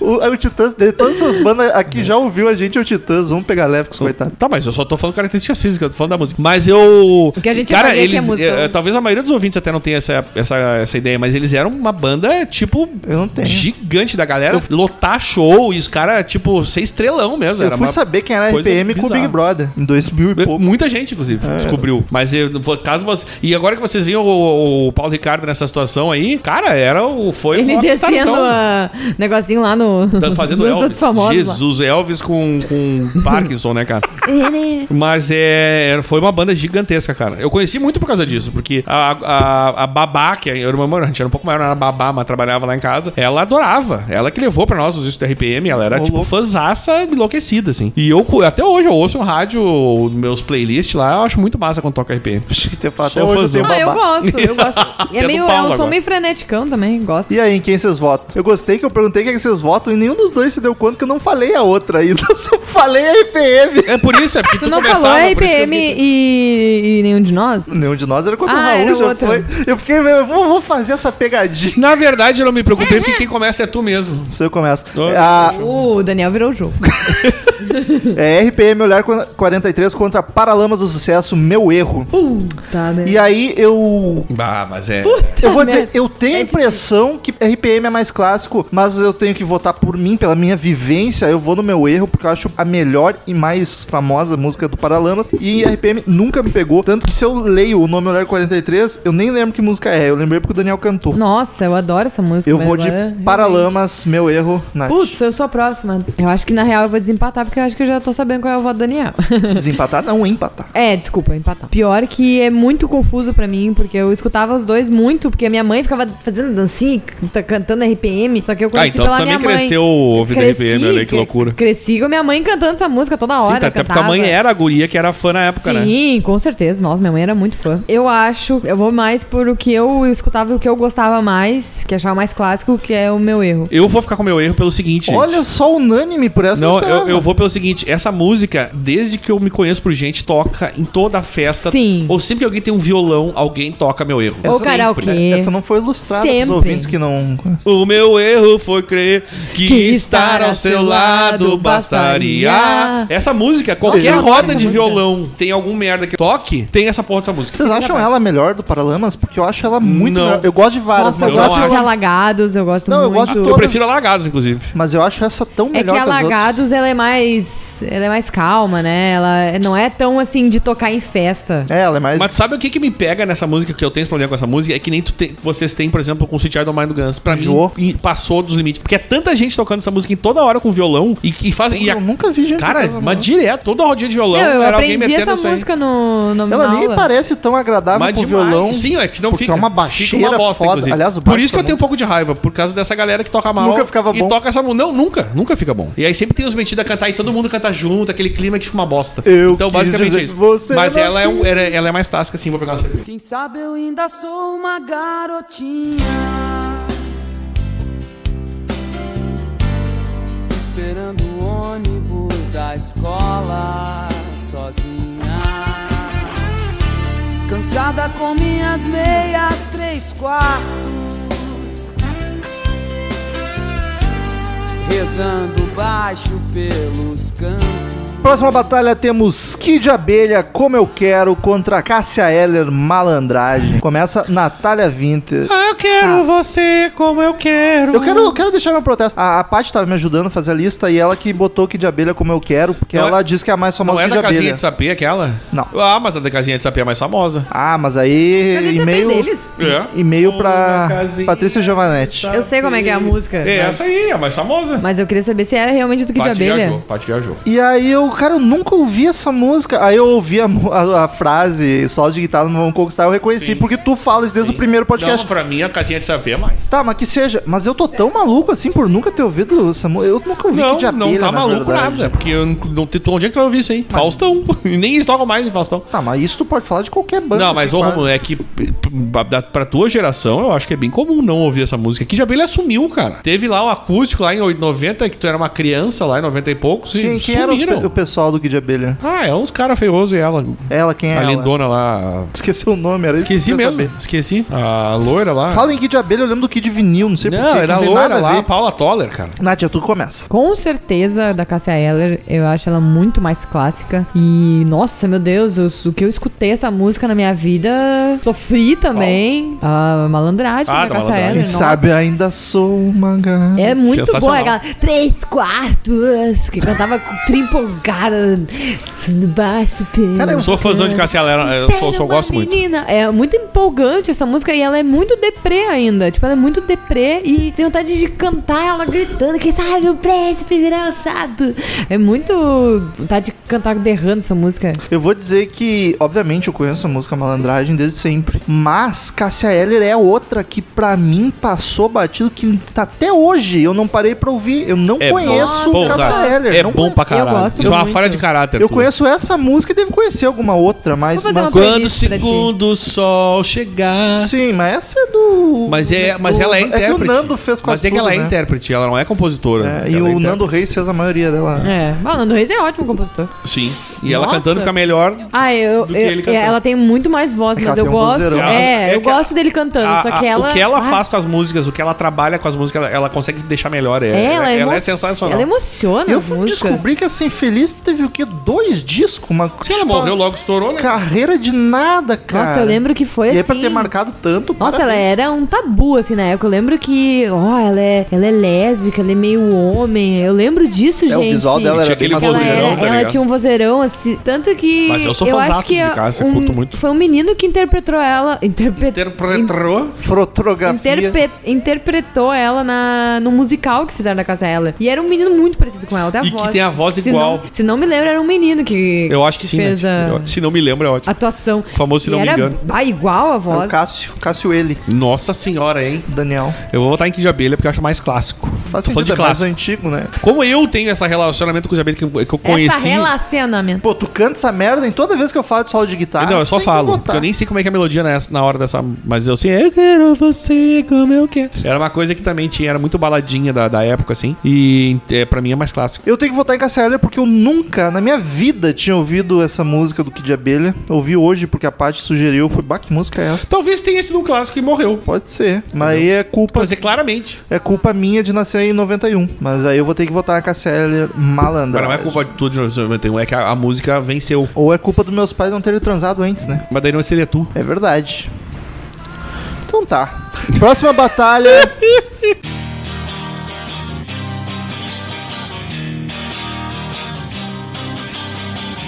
[SPEAKER 2] O, o Titãs, de todas essas bandas aqui já ouviu a gente, é o Titãs. Vamos pegar leve com os coitados.
[SPEAKER 5] tá, mas eu só tô falando características físicas, eu tô falando da música. Mas eu.
[SPEAKER 4] O que a gente
[SPEAKER 5] cara,
[SPEAKER 4] avalia que é
[SPEAKER 5] eles,
[SPEAKER 4] música.
[SPEAKER 5] eh, Talvez a maioria dos ouvintes até não tenha essa, essa, essa ideia, mas eles eram uma banda, tipo,
[SPEAKER 2] Eu não tenho.
[SPEAKER 5] gigante da galera. Lotar show e os caras, tipo, ser estrelão mesmo.
[SPEAKER 2] Eu
[SPEAKER 5] era
[SPEAKER 2] fui
[SPEAKER 5] uma-
[SPEAKER 2] saber quem era
[SPEAKER 5] coisa
[SPEAKER 2] RPM com o
[SPEAKER 5] bizarra.
[SPEAKER 2] Big Brother em 2000 e pouco. É.
[SPEAKER 5] Muita gente, inclusive, descobriu. Mas eu, vou- caso você. E agora que vocês viram o, o Paulo Ricardo nessa situação aí, cara, era o. Foi
[SPEAKER 4] Ele
[SPEAKER 5] uma
[SPEAKER 4] descendo
[SPEAKER 5] abstração.
[SPEAKER 4] o negocinho lá no.
[SPEAKER 5] Tá
[SPEAKER 4] [laughs]
[SPEAKER 5] fazendo
[SPEAKER 4] no Dança
[SPEAKER 5] Elvis.
[SPEAKER 4] dos famosos. lá.
[SPEAKER 5] Jesus, Elvis com, com Parkinson, né, cara? Mas é, era- foi uma banda gigantesca, cara. Eu conheci muito por causa disso, porque a, a, a babá, que era uma mano, a gente era um pouco maior, não era babá, mas trabalhava lá em casa, ela adorava. Ela que levou pra nós os discos da RPM, ela era,
[SPEAKER 2] Ô,
[SPEAKER 5] tipo,
[SPEAKER 2] louco.
[SPEAKER 5] fãzaça enlouquecida, assim. E eu, cu- até hoje, eu ouço um rádio, meus playlists lá, eu acho muito massa quando toca RPM.
[SPEAKER 2] Acho que você fala, até
[SPEAKER 5] Sou
[SPEAKER 2] hoje eu
[SPEAKER 5] fãzão.
[SPEAKER 2] tenho
[SPEAKER 4] Ah, eu
[SPEAKER 2] babá.
[SPEAKER 4] gosto,
[SPEAKER 5] [laughs]
[SPEAKER 4] eu gosto. E
[SPEAKER 5] É
[SPEAKER 4] é
[SPEAKER 5] do
[SPEAKER 4] meio.
[SPEAKER 5] Paulo
[SPEAKER 4] eu sou
[SPEAKER 5] agora.
[SPEAKER 4] meio freneticão também, gosto.
[SPEAKER 2] E aí, em quem vocês votam? Eu gostei que eu perguntei quem vocês votam pautam e nenhum dos dois se deu conta que eu não falei a outra ainda. [laughs] Eu só falei a IPM.
[SPEAKER 5] É por isso, é porque tu,
[SPEAKER 4] Ah, Tu não
[SPEAKER 5] começava,
[SPEAKER 4] falou
[SPEAKER 5] por isso que eu
[SPEAKER 4] RPM
[SPEAKER 5] fiquei-
[SPEAKER 4] e, e nenhum de nós?
[SPEAKER 2] Nenhum de nós era contra o
[SPEAKER 4] Ah,
[SPEAKER 2] Raul,
[SPEAKER 4] era
[SPEAKER 2] já
[SPEAKER 4] outra.
[SPEAKER 2] foi. Eu fiquei, eu vou, vou fazer essa pegadinha.
[SPEAKER 5] Na verdade, eu não me preocupei, porque quem começa é tu mesmo.
[SPEAKER 2] Isso eu começo. É,
[SPEAKER 5] Tô-
[SPEAKER 2] A,
[SPEAKER 4] O Daniel virou o jogo.
[SPEAKER 2] é RPM Olhar 43 contra Paralamas do Sucesso, meu erro.
[SPEAKER 4] Tá, né?
[SPEAKER 2] E aí eu.
[SPEAKER 5] Bah, mas é.
[SPEAKER 4] Uh!
[SPEAKER 2] Eu vou
[SPEAKER 4] merda. É
[SPEAKER 2] dizer, eu tenho a impressão que RPM é mais clássico, mas eu tenho que votar por mim, pela minha vivência. Eu vou no meu erro, porque eu acho a melhor e mais famosa música do Paralamas. E RPM nunca me pegou. Tanto que se eu leio o nome Olhar 43, eu nem lembro que música é. Eu lembrei porque o Daniel cantou.
[SPEAKER 4] Nossa, eu adoro essa música.
[SPEAKER 2] Eu
[SPEAKER 4] mas
[SPEAKER 2] vou
[SPEAKER 5] é,
[SPEAKER 2] de
[SPEAKER 4] agora-
[SPEAKER 2] Paralamas, meu erro, Nath.
[SPEAKER 4] Putz, eu sou a próxima. Eu acho que na real eu vou desempatar, porque eu acho que eu já tô sabendo qual é o voto do Daniel. [laughs]
[SPEAKER 2] Tipo, Desempatar não, empatar.
[SPEAKER 4] É, desculpa, empatar. Pior que é muito confuso pra mim, porque eu escutava os dois muito, porque a minha mãe ficava fazendo dancinha, c- tá cantando RPM, só que eu
[SPEAKER 5] Ah,
[SPEAKER 4] conheci
[SPEAKER 5] então tu
[SPEAKER 4] pela
[SPEAKER 5] também
[SPEAKER 4] minha mãe.
[SPEAKER 5] cresceu ouvindo RPM, olha aí que
[SPEAKER 4] cre-
[SPEAKER 5] loucura.
[SPEAKER 4] Cresci com a minha mãe cantando essa música toda hora.
[SPEAKER 5] Sim, tá- até porque a mãe
[SPEAKER 4] cantava.
[SPEAKER 5] era a guria que era fã na época, né?
[SPEAKER 4] Sim, com certeza. Nossa, minha mãe era muito fã. Eu acho, eu vou mais por o que eu escutava, e o que eu gostava mais, que achava mais clássico, que é o meu erro.
[SPEAKER 5] Eu vou ficar com o meu erro pelo seguinte. gente.
[SPEAKER 2] Olha só, unânime por essa
[SPEAKER 5] Não,
[SPEAKER 2] esperava.
[SPEAKER 5] eu, eu vou pelo seguinte, essa música, desde que eu me conheço por gente, toca em toda festa.
[SPEAKER 4] Sim.
[SPEAKER 5] Ou sempre que alguém tem um violão, alguém toca meu erro.
[SPEAKER 4] Ou
[SPEAKER 2] Sempre.
[SPEAKER 4] karaokê.
[SPEAKER 2] Essa não foi ilustrada pros
[SPEAKER 4] Sempre.
[SPEAKER 2] ouvintes que não conhecem.
[SPEAKER 5] O meu erro foi crer que, estar ao seu lado bastaria. Essa música, qualquer
[SPEAKER 4] Nossa,
[SPEAKER 5] roda
[SPEAKER 4] essa
[SPEAKER 5] de
[SPEAKER 4] música.
[SPEAKER 5] violão tem algum merda que toque, tem essa porra dessa música.
[SPEAKER 2] Vocês acham ela melhor do Paralamas? Porque eu acho ela muito
[SPEAKER 5] Não.
[SPEAKER 2] melhor. Eu gosto de várias,
[SPEAKER 4] Nossa, eu
[SPEAKER 2] mas eu,
[SPEAKER 5] não
[SPEAKER 4] gosto
[SPEAKER 2] acho
[SPEAKER 4] de
[SPEAKER 2] ela...
[SPEAKER 4] Alagados, eu gosto
[SPEAKER 2] Não, eu
[SPEAKER 4] muito.
[SPEAKER 2] gosto de
[SPEAKER 5] Eu
[SPEAKER 2] todas.
[SPEAKER 5] prefiro Alagados, inclusive.
[SPEAKER 2] Mas eu acho essa tão
[SPEAKER 4] É que
[SPEAKER 2] melhor
[SPEAKER 4] a
[SPEAKER 2] que as outras.
[SPEAKER 4] Lagados, ela é mais. Ela é mais calma, né? Ela não é tão assim de tocar em festa.
[SPEAKER 2] É, ela é mais...
[SPEAKER 5] Mas tu sabe o que, que me pega nessa música, que eu tenho esse problema com essa música? É que nem tu tem- vocês têm, por exemplo, com City Idol Mind Guns. Pra mim,
[SPEAKER 2] Enjoou.
[SPEAKER 5] e passou dos limites. Porque é tanta gente tocando essa música em toda hora com violão e, e fazem. E a-
[SPEAKER 2] Eu nunca vi gente...
[SPEAKER 5] cara,
[SPEAKER 2] tocando
[SPEAKER 5] mas direto, toda rodinha de violão,
[SPEAKER 4] eu
[SPEAKER 5] É, era alguém
[SPEAKER 4] aprendi
[SPEAKER 5] metendo
[SPEAKER 4] essa
[SPEAKER 5] isso aí.
[SPEAKER 4] música no, no
[SPEAKER 2] Ela
[SPEAKER 4] na
[SPEAKER 2] nem
[SPEAKER 4] aula.
[SPEAKER 2] parece tão agradável
[SPEAKER 5] Mas
[SPEAKER 2] com
[SPEAKER 5] demais.
[SPEAKER 2] violão.
[SPEAKER 5] Sim, é que não
[SPEAKER 2] porque
[SPEAKER 5] fica.
[SPEAKER 2] é uma
[SPEAKER 5] fica
[SPEAKER 2] baixeira foda. Aliás, o
[SPEAKER 5] Por
[SPEAKER 2] baixo né?
[SPEAKER 5] isso que eu
[SPEAKER 2] da
[SPEAKER 5] tenho um pouco de raiva, por causa dessa galera que toca mal.
[SPEAKER 2] Nunca ficava
[SPEAKER 5] e
[SPEAKER 2] bom.
[SPEAKER 5] toca essa música. Não, nunca, nunca fica bom. E aí sempre tem os metidos a cantar e todo mundo canta junto, aquele clima que fica uma bosta.
[SPEAKER 2] Eu
[SPEAKER 5] então,
[SPEAKER 2] quis
[SPEAKER 5] basicamente
[SPEAKER 2] dizer
[SPEAKER 5] é isso.
[SPEAKER 2] que você
[SPEAKER 5] Mas
[SPEAKER 2] não
[SPEAKER 5] ela é, um- era- ela é mais clássica, assim, vou pegar uma cerveja.
[SPEAKER 7] Quem sabe eu ainda sou uma garotinha Esperando o ônibus da escola sozinha Cansada com minhas meias três quartos Rezando baixo pelos cantos
[SPEAKER 2] Próxima batalha temos Kid Abelha, Como Eu Quero, contra Cássia Heller, Malandragem. Começa Natália Winter.
[SPEAKER 5] Ah, Eu quero você como eu quero.
[SPEAKER 2] Ah. Eu quero, eu quero deixar meu protesto. A, a Paty tava me ajudando a fazer a lista e ela que botou Kid Abelha como eu quero, porque
[SPEAKER 5] Não é-
[SPEAKER 2] ela diz que é a mais
[SPEAKER 5] Não
[SPEAKER 2] famosa
[SPEAKER 5] é
[SPEAKER 2] Kid
[SPEAKER 5] da casinha
[SPEAKER 2] Abelha.
[SPEAKER 5] de sapê aquela?
[SPEAKER 2] Não.
[SPEAKER 5] Ah, mas a da casinha de sapê é mais famosa.
[SPEAKER 2] Ah, mas aí
[SPEAKER 4] Mas eles
[SPEAKER 2] e-mail
[SPEAKER 4] atendem eles.
[SPEAKER 5] É.
[SPEAKER 2] e-mail
[SPEAKER 5] Uma
[SPEAKER 2] pra
[SPEAKER 5] casinha
[SPEAKER 2] Patrícia Giovanetti.
[SPEAKER 4] Eu sei como é que é a música.
[SPEAKER 5] É
[SPEAKER 4] mas,
[SPEAKER 5] essa aí, é a mais famosa.
[SPEAKER 4] mas eu queria saber se era realmente do Kid
[SPEAKER 5] Paty viajou,
[SPEAKER 4] Abelha.
[SPEAKER 5] Paty viajou.
[SPEAKER 2] E aí eu, cara, eu nunca ouvi essa música. Aí eu ouvi a, mu- a- a frase solos de guitarra não vão conquistar, eu reconheci, porque tu falas desde o primeiro podcast.
[SPEAKER 5] Não, pra mim a casinha de sapê é mais.
[SPEAKER 2] Tá, mas que seja. Mas eu tô tão maluco assim por nunca ter ouvido essa música. Eu nunca ouvi
[SPEAKER 5] Não,
[SPEAKER 2] Kid Abelha,
[SPEAKER 5] não tá
[SPEAKER 2] na
[SPEAKER 5] maluco
[SPEAKER 2] verdade.
[SPEAKER 5] nada. Porque eu não- não te- onde é que tu vai ouvir isso aí? Faustão. [laughs] E nem eles tocam mais em Faustão.
[SPEAKER 2] Tá, mas isso tu pode falar de qualquer banda.
[SPEAKER 5] Não, mas
[SPEAKER 2] que
[SPEAKER 5] ô
[SPEAKER 2] quase-
[SPEAKER 5] Romulo, é que p- p- da- pra tua geração eu acho que é bem comum não ouvir essa música. Kid Abelha sumiu, cara. Teve lá o acústico lá em 8, 90, que tu era uma criança lá em 90 e poucos, e
[SPEAKER 2] Quem, quem era os pe-
[SPEAKER 5] sumiram.
[SPEAKER 2] o pessoal do Kid Abelha?
[SPEAKER 5] Ah, é uns caras feiosos e ela.
[SPEAKER 2] Ela, quem é
[SPEAKER 5] a
[SPEAKER 2] ela?
[SPEAKER 5] lindona lá.
[SPEAKER 2] Esqueceu o nome, era isso que eu
[SPEAKER 5] Esqueci
[SPEAKER 2] queria
[SPEAKER 5] mesmo.
[SPEAKER 2] saber.
[SPEAKER 5] Esqueci. A loira lá.
[SPEAKER 2] Fala em Kid Abelha, eu lembro do Kid Vinil, não sei
[SPEAKER 5] não,
[SPEAKER 2] porquê.
[SPEAKER 5] era a loira lá, a Paula Toller, cara.
[SPEAKER 2] Nádia, tu começa.
[SPEAKER 4] Com certeza, da Cássia Eller, eu acho ela muito mais clássica. E, nossa, meu Deus, os- o que eu escutei essa música na minha vida, sofri também. A malandragem
[SPEAKER 5] Ah,
[SPEAKER 4] da
[SPEAKER 5] da
[SPEAKER 4] Cássia
[SPEAKER 5] malandragem.
[SPEAKER 4] Eller.
[SPEAKER 2] Quem
[SPEAKER 4] nossa.
[SPEAKER 2] sabe ainda sou uma garota.
[SPEAKER 4] É muito boa
[SPEAKER 5] Sensacional.
[SPEAKER 4] aquela três quartos, que cantava trimpolgada assim, baixo pelo.
[SPEAKER 2] Cara,
[SPEAKER 5] Eu sou fãzão de Cassia Ela, Ah, eu sou, só gosto muito.
[SPEAKER 4] é Menina, é muito empolgante essa música e ela é muito deprê ainda. Tipo, ela é muito deprê e tem vontade de cantar ela gritando, quem sabe o príncipe virar alçado. É muito vontade de cantar berrando essa música.
[SPEAKER 2] Eu vou dizer que, obviamente, eu conheço a música Malandragem desde sempre. Mas Cássia Eller é outra que, pra mim, passou batido, que tá até hoje eu não parei pra ouvir. Eu não
[SPEAKER 5] É bom.
[SPEAKER 2] conheço
[SPEAKER 5] Porra,
[SPEAKER 2] Cássia Eller.
[SPEAKER 5] É
[SPEAKER 2] não
[SPEAKER 5] bom pra
[SPEAKER 4] Eu
[SPEAKER 5] caralho.
[SPEAKER 4] gosto
[SPEAKER 5] Isso é uma uma
[SPEAKER 4] muito.
[SPEAKER 5] falha de caráter.
[SPEAKER 2] Eu
[SPEAKER 5] tu.
[SPEAKER 2] conheço essa música e devo conhecer alguma outra, mas.
[SPEAKER 4] Vou fazer
[SPEAKER 2] mas-
[SPEAKER 4] uma
[SPEAKER 5] Quando o
[SPEAKER 4] Feliz é pra ti.
[SPEAKER 5] segundo sol chegar.
[SPEAKER 2] Sim, mas essa é do.
[SPEAKER 5] Mas, é, mas
[SPEAKER 2] do-
[SPEAKER 5] ela é
[SPEAKER 2] É
[SPEAKER 5] intérprete.
[SPEAKER 2] que o Nando fez quase
[SPEAKER 5] Mas é que
[SPEAKER 2] tudo,
[SPEAKER 5] ela é
[SPEAKER 2] né?
[SPEAKER 5] intérprete, ela não é compositora.
[SPEAKER 2] É,
[SPEAKER 5] Ela
[SPEAKER 2] e
[SPEAKER 5] é
[SPEAKER 2] o
[SPEAKER 5] intérprete.
[SPEAKER 2] Nando Reis fez a maioria dela.
[SPEAKER 4] É, Ah, o Nando Reis é ótimo compositor.
[SPEAKER 5] Sim. E ela
[SPEAKER 4] Nossa.
[SPEAKER 5] cantando fica melhor.
[SPEAKER 4] Ah, eu,
[SPEAKER 5] Do que ele
[SPEAKER 4] eu-
[SPEAKER 5] cantando.
[SPEAKER 4] ela tem muito mais voz,
[SPEAKER 2] É que
[SPEAKER 4] mas
[SPEAKER 2] ela
[SPEAKER 4] eu
[SPEAKER 2] tem um
[SPEAKER 4] gosto.
[SPEAKER 2] vozeirão.
[SPEAKER 5] É
[SPEAKER 4] É, eu
[SPEAKER 5] que ela-
[SPEAKER 4] gosto dele cantando,
[SPEAKER 5] A-
[SPEAKER 4] só que
[SPEAKER 5] a-
[SPEAKER 4] ela.
[SPEAKER 5] O que ela
[SPEAKER 4] Ah,
[SPEAKER 5] faz com as músicas, o que ela trabalha com as músicas, ela, ela consegue deixar melhor. É,
[SPEAKER 4] é,
[SPEAKER 5] ela,
[SPEAKER 4] ela, emo-
[SPEAKER 5] é sensacional.
[SPEAKER 4] Ela emociona.
[SPEAKER 2] Eu
[SPEAKER 4] as
[SPEAKER 2] fui
[SPEAKER 4] músicas.
[SPEAKER 2] descobrir que essa infeliz teve o quê? Dois discos? Uma
[SPEAKER 4] é
[SPEAKER 5] Se ela
[SPEAKER 2] tipo,
[SPEAKER 5] morreu logo, estourou, né?
[SPEAKER 2] carreira de nada, cara.
[SPEAKER 4] Nossa, eu lembro que foi
[SPEAKER 2] E
[SPEAKER 4] assim.
[SPEAKER 2] aí, pra ter marcado tanto.
[SPEAKER 4] Nossa,
[SPEAKER 2] parabéns.
[SPEAKER 4] ela era um tabu, assim, na época. Eu lembro que, ó, ela, é, ela é lésbica, ela é meio homem. Eu lembro disso,
[SPEAKER 2] É,
[SPEAKER 4] gente.
[SPEAKER 2] o visual dela
[SPEAKER 5] Tinha
[SPEAKER 2] era bem
[SPEAKER 5] aquele
[SPEAKER 4] Ela,
[SPEAKER 5] vozeirão,
[SPEAKER 2] masculino.
[SPEAKER 4] era-
[SPEAKER 5] tá
[SPEAKER 4] ela
[SPEAKER 5] ligado?
[SPEAKER 4] tinha um vozeirão, assim, tanto que.
[SPEAKER 5] Mas eu sou
[SPEAKER 4] acho
[SPEAKER 5] fãzaço
[SPEAKER 4] que
[SPEAKER 5] de
[SPEAKER 4] a-
[SPEAKER 5] Cássia,
[SPEAKER 4] um-
[SPEAKER 5] curto muito.
[SPEAKER 4] Foi um menino que interpretou ela. Interpre...
[SPEAKER 5] Interpretou.
[SPEAKER 2] Frotografia.
[SPEAKER 4] interpre- interpretou ela na, no musical que fizeram da casa dela. E era um menino muito parecido com ela, até a
[SPEAKER 5] E
[SPEAKER 4] voz.
[SPEAKER 5] que tem a voz
[SPEAKER 4] se
[SPEAKER 5] igual.
[SPEAKER 4] Não, se não me lembro, era um menino que.
[SPEAKER 5] Eu acho que sim.
[SPEAKER 4] fez
[SPEAKER 5] né?
[SPEAKER 4] a
[SPEAKER 5] Eu- Se não me lembro, é ótimo.
[SPEAKER 4] atuação.
[SPEAKER 5] Famoso, se
[SPEAKER 4] E
[SPEAKER 5] não me
[SPEAKER 4] era,
[SPEAKER 5] engano.
[SPEAKER 4] Bah, igual a
[SPEAKER 2] Era um
[SPEAKER 4] voz.
[SPEAKER 2] o Cássio. Cássio ele,
[SPEAKER 5] Nossa senhora, hein?
[SPEAKER 2] Daniel.
[SPEAKER 5] Eu vou votar em Kid Abelha porque eu acho mais clássico.
[SPEAKER 2] Faz
[SPEAKER 5] Tô
[SPEAKER 2] sentido,
[SPEAKER 5] falando de
[SPEAKER 2] é mais
[SPEAKER 5] clássico.
[SPEAKER 2] antigo, né?
[SPEAKER 5] Como eu tenho esse relacionamento com o Kid Abelha que eu, que eu
[SPEAKER 4] Essa
[SPEAKER 5] conheci.
[SPEAKER 4] relacionamento.
[SPEAKER 2] Pô, tu canta essa merda em toda vez que eu falo de solo de guitarra.
[SPEAKER 5] não, eu só
[SPEAKER 2] tem que
[SPEAKER 5] falo.
[SPEAKER 2] botar.
[SPEAKER 5] porque Eu nem sei como é que é a melodia nessa, na hora dessa. Mas eu sei, eu quero você como eu quero. Era uma coisa que também tinha, era muito baladinha da, da época, assim. E é, pra mim é mais clássico.
[SPEAKER 2] Eu tenho que votar em Cassia Eller porque eu nunca, na minha vida, tinha ouvido essa música do Kid Abelha. Ouvi hoje porque a Paty sugeriu. Foi, bah, que música é essa?
[SPEAKER 5] Talvez tenha sido um clássico e morreu.
[SPEAKER 2] Pode ser. Mas aí é culpa,
[SPEAKER 5] Pode ser claramente.
[SPEAKER 2] é culpa minha de nascer em 91. Mas aí eu vou ter que votar na Cassia Eller malandra.
[SPEAKER 5] Mas não é culpa de tudo de 1991, é que a, a música venceu.
[SPEAKER 2] Ou é culpa dos meus pais não terem transado antes, né?
[SPEAKER 5] Mas daí não seria tu.
[SPEAKER 2] É verdade. Então tá. Próxima batalha.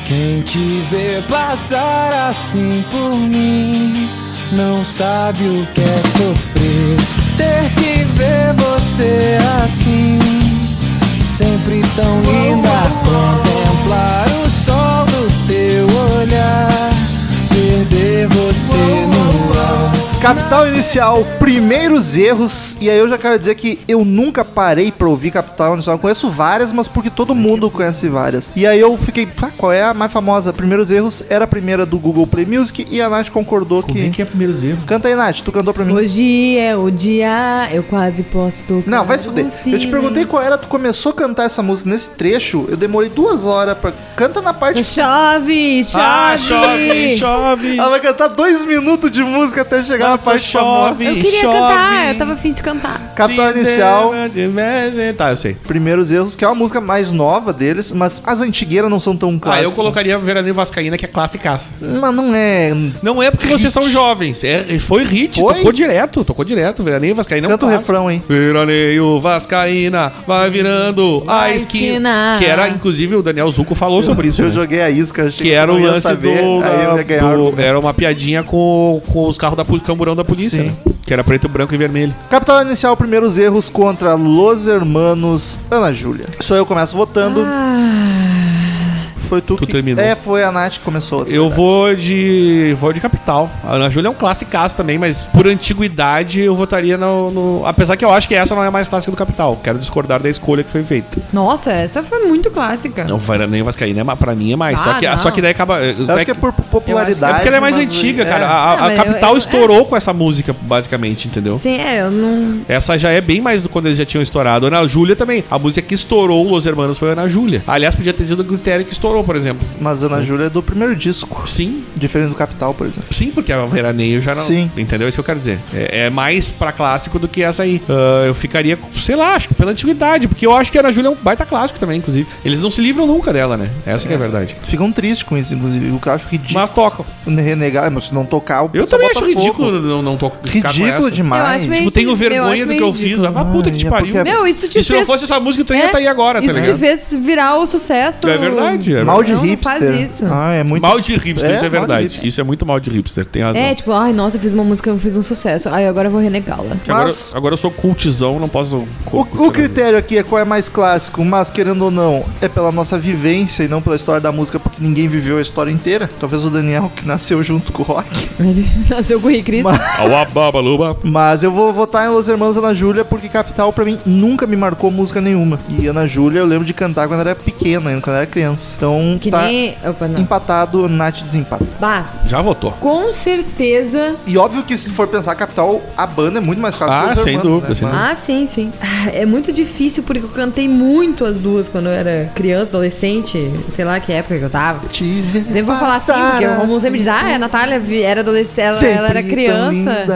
[SPEAKER 8] Quem te vê passar assim por mim não sabe o que é sofrer. Ter que ver você assim, sempre tão linda. Contemplar o sol do teu olhar, perder você no ar.
[SPEAKER 2] Capital Inicial, primeiros erros. E aí eu já quero dizer que eu nunca parei pra ouvir Capital Inicial. Eu conheço várias, mas porque todo mundo conhece várias. E aí eu fiquei, ah, qual é a mais famosa? Primeiros erros era a primeira do Google Play Music e a Nath concordou que...
[SPEAKER 5] é primeiro erro?
[SPEAKER 2] Canta aí, Nath, tu cantou pra mim.
[SPEAKER 4] Hoje é o dia, eu quase posso tocar.
[SPEAKER 2] Não, vai se
[SPEAKER 4] no
[SPEAKER 2] fuder. Eu te
[SPEAKER 4] silêncio.
[SPEAKER 2] perguntei qual era, tu começou a cantar essa música nesse trecho, eu demorei duas horas pra... Canta na parte...
[SPEAKER 4] Chove, chove.
[SPEAKER 5] Ah, chove, chove.
[SPEAKER 2] Ela vai cantar dois minutos de música até chegar na
[SPEAKER 5] Nossa,
[SPEAKER 2] parte famosa.
[SPEAKER 5] chove,
[SPEAKER 4] Eu queria
[SPEAKER 5] chove.
[SPEAKER 4] cantar, eu tava afim de cantar.
[SPEAKER 2] Capital Inicial,
[SPEAKER 5] Tá, eu sei.
[SPEAKER 2] Primeiros Erros, que é uma música mais nova deles, mas as antigueiras não são tão
[SPEAKER 5] Ah,
[SPEAKER 2] clássicas.
[SPEAKER 5] eu colocaria Veraneio Vascaína, que é clássicaça.
[SPEAKER 2] Mas não é.
[SPEAKER 5] Não é porque vocês são jovens. É, foi hit,
[SPEAKER 2] Foi?
[SPEAKER 5] tocou direto, tocou direto. Veraneio Vascaína é um
[SPEAKER 2] Canta o
[SPEAKER 5] clássico.
[SPEAKER 2] refrão, hein?
[SPEAKER 5] Veraneio Vascaína vai virando a
[SPEAKER 4] A
[SPEAKER 5] esquina.
[SPEAKER 4] esquina.
[SPEAKER 5] Que era, inclusive, o Daniel Zuko falou sobre isso.
[SPEAKER 2] Eu
[SPEAKER 5] né?
[SPEAKER 2] joguei a isca, achei
[SPEAKER 5] Que era o
[SPEAKER 2] não ia
[SPEAKER 5] lance do,
[SPEAKER 2] aí eu ia
[SPEAKER 5] da-
[SPEAKER 2] ganhar.
[SPEAKER 5] do-
[SPEAKER 2] argumento.
[SPEAKER 5] Era uma piadinha com, com os carros da poli- camburão da polícia,
[SPEAKER 2] Sim.
[SPEAKER 5] né? Que era preto, branco e vermelho.
[SPEAKER 2] Capital Inicial, Primeiros Erros contra Los Hermanos Ana Júlia. Só eu começo votando.
[SPEAKER 4] Ah,
[SPEAKER 2] Foi tu,
[SPEAKER 5] Tu
[SPEAKER 2] que...
[SPEAKER 5] terminou.
[SPEAKER 2] É, foi a Nath que começou.
[SPEAKER 5] Eu vou de. vou de capital. A Ana Júlia é um classicaço também, mas por antiguidade eu votaria no, no- Apesar que eu acho que essa não é a mais clássica do capital. Quero discordar da escolha que foi feita.
[SPEAKER 4] Nossa, essa foi muito clássica.
[SPEAKER 5] Não, Veraneio Vascaína é ma- pra mim é mais.
[SPEAKER 4] Ah,
[SPEAKER 5] só, que,
[SPEAKER 4] não.
[SPEAKER 5] só que daí acaba. é,
[SPEAKER 2] Eu acho que é
[SPEAKER 5] é
[SPEAKER 2] por popularidade.
[SPEAKER 5] porque ela é mais
[SPEAKER 2] mas-
[SPEAKER 5] antiga,
[SPEAKER 2] é.
[SPEAKER 5] cara. A, a-
[SPEAKER 4] Não,
[SPEAKER 5] a
[SPEAKER 4] mas eu-
[SPEAKER 5] Capital
[SPEAKER 4] eu-
[SPEAKER 5] estourou com essa música, basicamente, entendeu?
[SPEAKER 4] Sim, é, eu não.
[SPEAKER 5] Essa já é bem mais do quando eles já tinham estourado. Ana Júlia também. A música que estourou Los Hermanos foi Ana Júlia. Aliás, podia ter sido o critério que estourou, por exemplo.
[SPEAKER 2] Mas Ana Júlia é do primeiro disco.
[SPEAKER 5] Sim,
[SPEAKER 2] Diferente do Capital, por exemplo.
[SPEAKER 5] sim, porque a Veraneio já não.
[SPEAKER 2] Sim.
[SPEAKER 5] Entendeu? É isso que eu quero dizer. É, é mais pra clássico do que essa aí. Ah, eu ficaria, com- sei lá, acho que pela antiguidade. Porque eu acho que a Ana Júlia é um baita clássico também, inclusive. Eles não se livram nunca dela, né? Essa que é a verdade.
[SPEAKER 2] Ficam tristes com isso, inclusive. O que eu acho ridículo.
[SPEAKER 5] Mas tocam.
[SPEAKER 2] Renegar, mas se não tocar, o
[SPEAKER 5] Eu
[SPEAKER 2] pessoal
[SPEAKER 5] também
[SPEAKER 2] bota
[SPEAKER 5] acho
[SPEAKER 2] fogo.
[SPEAKER 5] ridículo não, não tocar.
[SPEAKER 2] Ridículo
[SPEAKER 4] Eu
[SPEAKER 2] demais.
[SPEAKER 4] acho meio-
[SPEAKER 5] Tipo, tenho
[SPEAKER 4] Eu
[SPEAKER 5] vergonha
[SPEAKER 4] acho
[SPEAKER 5] do que eu
[SPEAKER 4] meio
[SPEAKER 5] fiz.
[SPEAKER 4] ridículo.
[SPEAKER 5] Ah, mas puta que te
[SPEAKER 2] Ah, é
[SPEAKER 5] pariu.
[SPEAKER 2] porque-
[SPEAKER 4] Meu, isso te
[SPEAKER 5] E se
[SPEAKER 4] fez.
[SPEAKER 5] não fosse essa música, o trem ia
[SPEAKER 4] É,
[SPEAKER 5] tá aí agora, tá
[SPEAKER 4] isso
[SPEAKER 5] ligado?
[SPEAKER 4] te fez virar o sucesso.
[SPEAKER 5] É verdade, é
[SPEAKER 2] Mas Mal de
[SPEAKER 4] Não, não
[SPEAKER 2] hipster.
[SPEAKER 4] faz isso.
[SPEAKER 2] Ah, é muito.
[SPEAKER 5] Mal de hipster,
[SPEAKER 2] É,
[SPEAKER 5] isso é
[SPEAKER 2] mal de
[SPEAKER 5] verdade.
[SPEAKER 2] hipster.
[SPEAKER 5] Isso é muito mal de hipster, tem razão.
[SPEAKER 4] É, tipo, ai, nossa, eu fiz uma música, eu fiz um sucesso. Ai, agora eu vou renegá-la. [laughs]
[SPEAKER 5] Que agora,
[SPEAKER 2] Mas-
[SPEAKER 5] agora eu sou cultizão, não posso.
[SPEAKER 2] O, o critério aqui é qual é mais clássico, mas querendo ou não, é pela nossa vivência e não pela história da música, porque ninguém viveu a história inteira. Talvez o Daniel, que nasceu junto com o rock.
[SPEAKER 4] Ele nasceu com o Rick Cristo.
[SPEAKER 5] Auababaluba.
[SPEAKER 2] Mas eu vou votar em Los Hermanos Ana Júlia, porque Capital, pra mim, nunca me marcou música nenhuma. E Ana Júlia eu lembro de cantar quando era pequena, ainda quando era criança. Então
[SPEAKER 4] Que
[SPEAKER 2] tá
[SPEAKER 4] nem. Opa, não.
[SPEAKER 2] empatado, Nath desempata.
[SPEAKER 4] Bah,
[SPEAKER 5] Já votou.
[SPEAKER 4] com certeza.
[SPEAKER 2] E óbvio que se tu for pensar Capital, a banda é muito mais clássica
[SPEAKER 5] Ah,
[SPEAKER 2] que né? Los
[SPEAKER 5] sem
[SPEAKER 2] Hermanos,
[SPEAKER 5] dúvida, sem
[SPEAKER 2] Mas-
[SPEAKER 4] Ah, sim, sim. Ah, É muito difícil porque eu cantei muito as duas quando eu era criança, adolescente, sei lá que época que eu tava.
[SPEAKER 2] Tive
[SPEAKER 4] Sempre vou falar assim, porque o Romulo sempre diz, ah, a Natália vi- era adolescente, ela, ela era criança.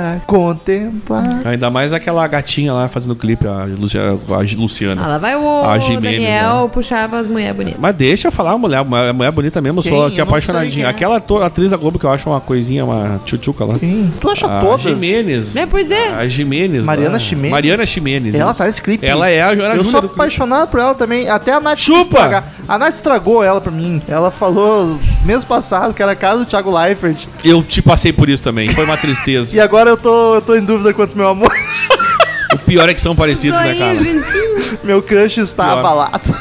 [SPEAKER 2] contemplar.
[SPEAKER 5] Ainda mais aquela gatinha lá fazendo clipe, a, Lucia, a Luciana.
[SPEAKER 4] Ah, lá vai o
[SPEAKER 5] A Jimenez,
[SPEAKER 4] Daniel puxava as mulheres bonitas.
[SPEAKER 5] Mas deixa eu falar, a mulher, a mulher bonita mesmo, eu
[SPEAKER 2] Quem?
[SPEAKER 5] sou aqui
[SPEAKER 2] Eu não sei quem
[SPEAKER 5] apaixonadinha.
[SPEAKER 2] é.
[SPEAKER 5] Aquela ator- atriz da Globo que eu acho uma coisinha, uma tchutchuca lá.
[SPEAKER 2] Sim. Tu acha
[SPEAKER 5] A
[SPEAKER 2] todas?
[SPEAKER 5] Ah, Jimenez.
[SPEAKER 4] É, pois é.
[SPEAKER 5] A Jimenez.
[SPEAKER 2] Mariana
[SPEAKER 5] lá.
[SPEAKER 2] Ximenez?
[SPEAKER 5] Mariana Jimenez.
[SPEAKER 2] Ela tá nesse clipe.
[SPEAKER 5] Ela é a, era
[SPEAKER 2] Eu
[SPEAKER 5] a
[SPEAKER 2] sou
[SPEAKER 5] Júlia do clipe.
[SPEAKER 2] apaixonado por ela também. Até a Nath
[SPEAKER 5] Chupa!
[SPEAKER 2] quis estragar. A Nath estragou ela pra mim. Ela falou mês passado que era a cara do Thiago Leifert.
[SPEAKER 5] Eu te passei por isso também. Foi uma
[SPEAKER 2] [laughs]
[SPEAKER 5] tristeza.
[SPEAKER 2] E agora eu tô, eu tô em dúvida quanto meu amor, [laughs]
[SPEAKER 5] o pior é que são parecidos, né,
[SPEAKER 4] Zoinho,
[SPEAKER 5] cara?
[SPEAKER 4] gentinho.
[SPEAKER 2] meu crush está
[SPEAKER 5] Pior.
[SPEAKER 2] abalado.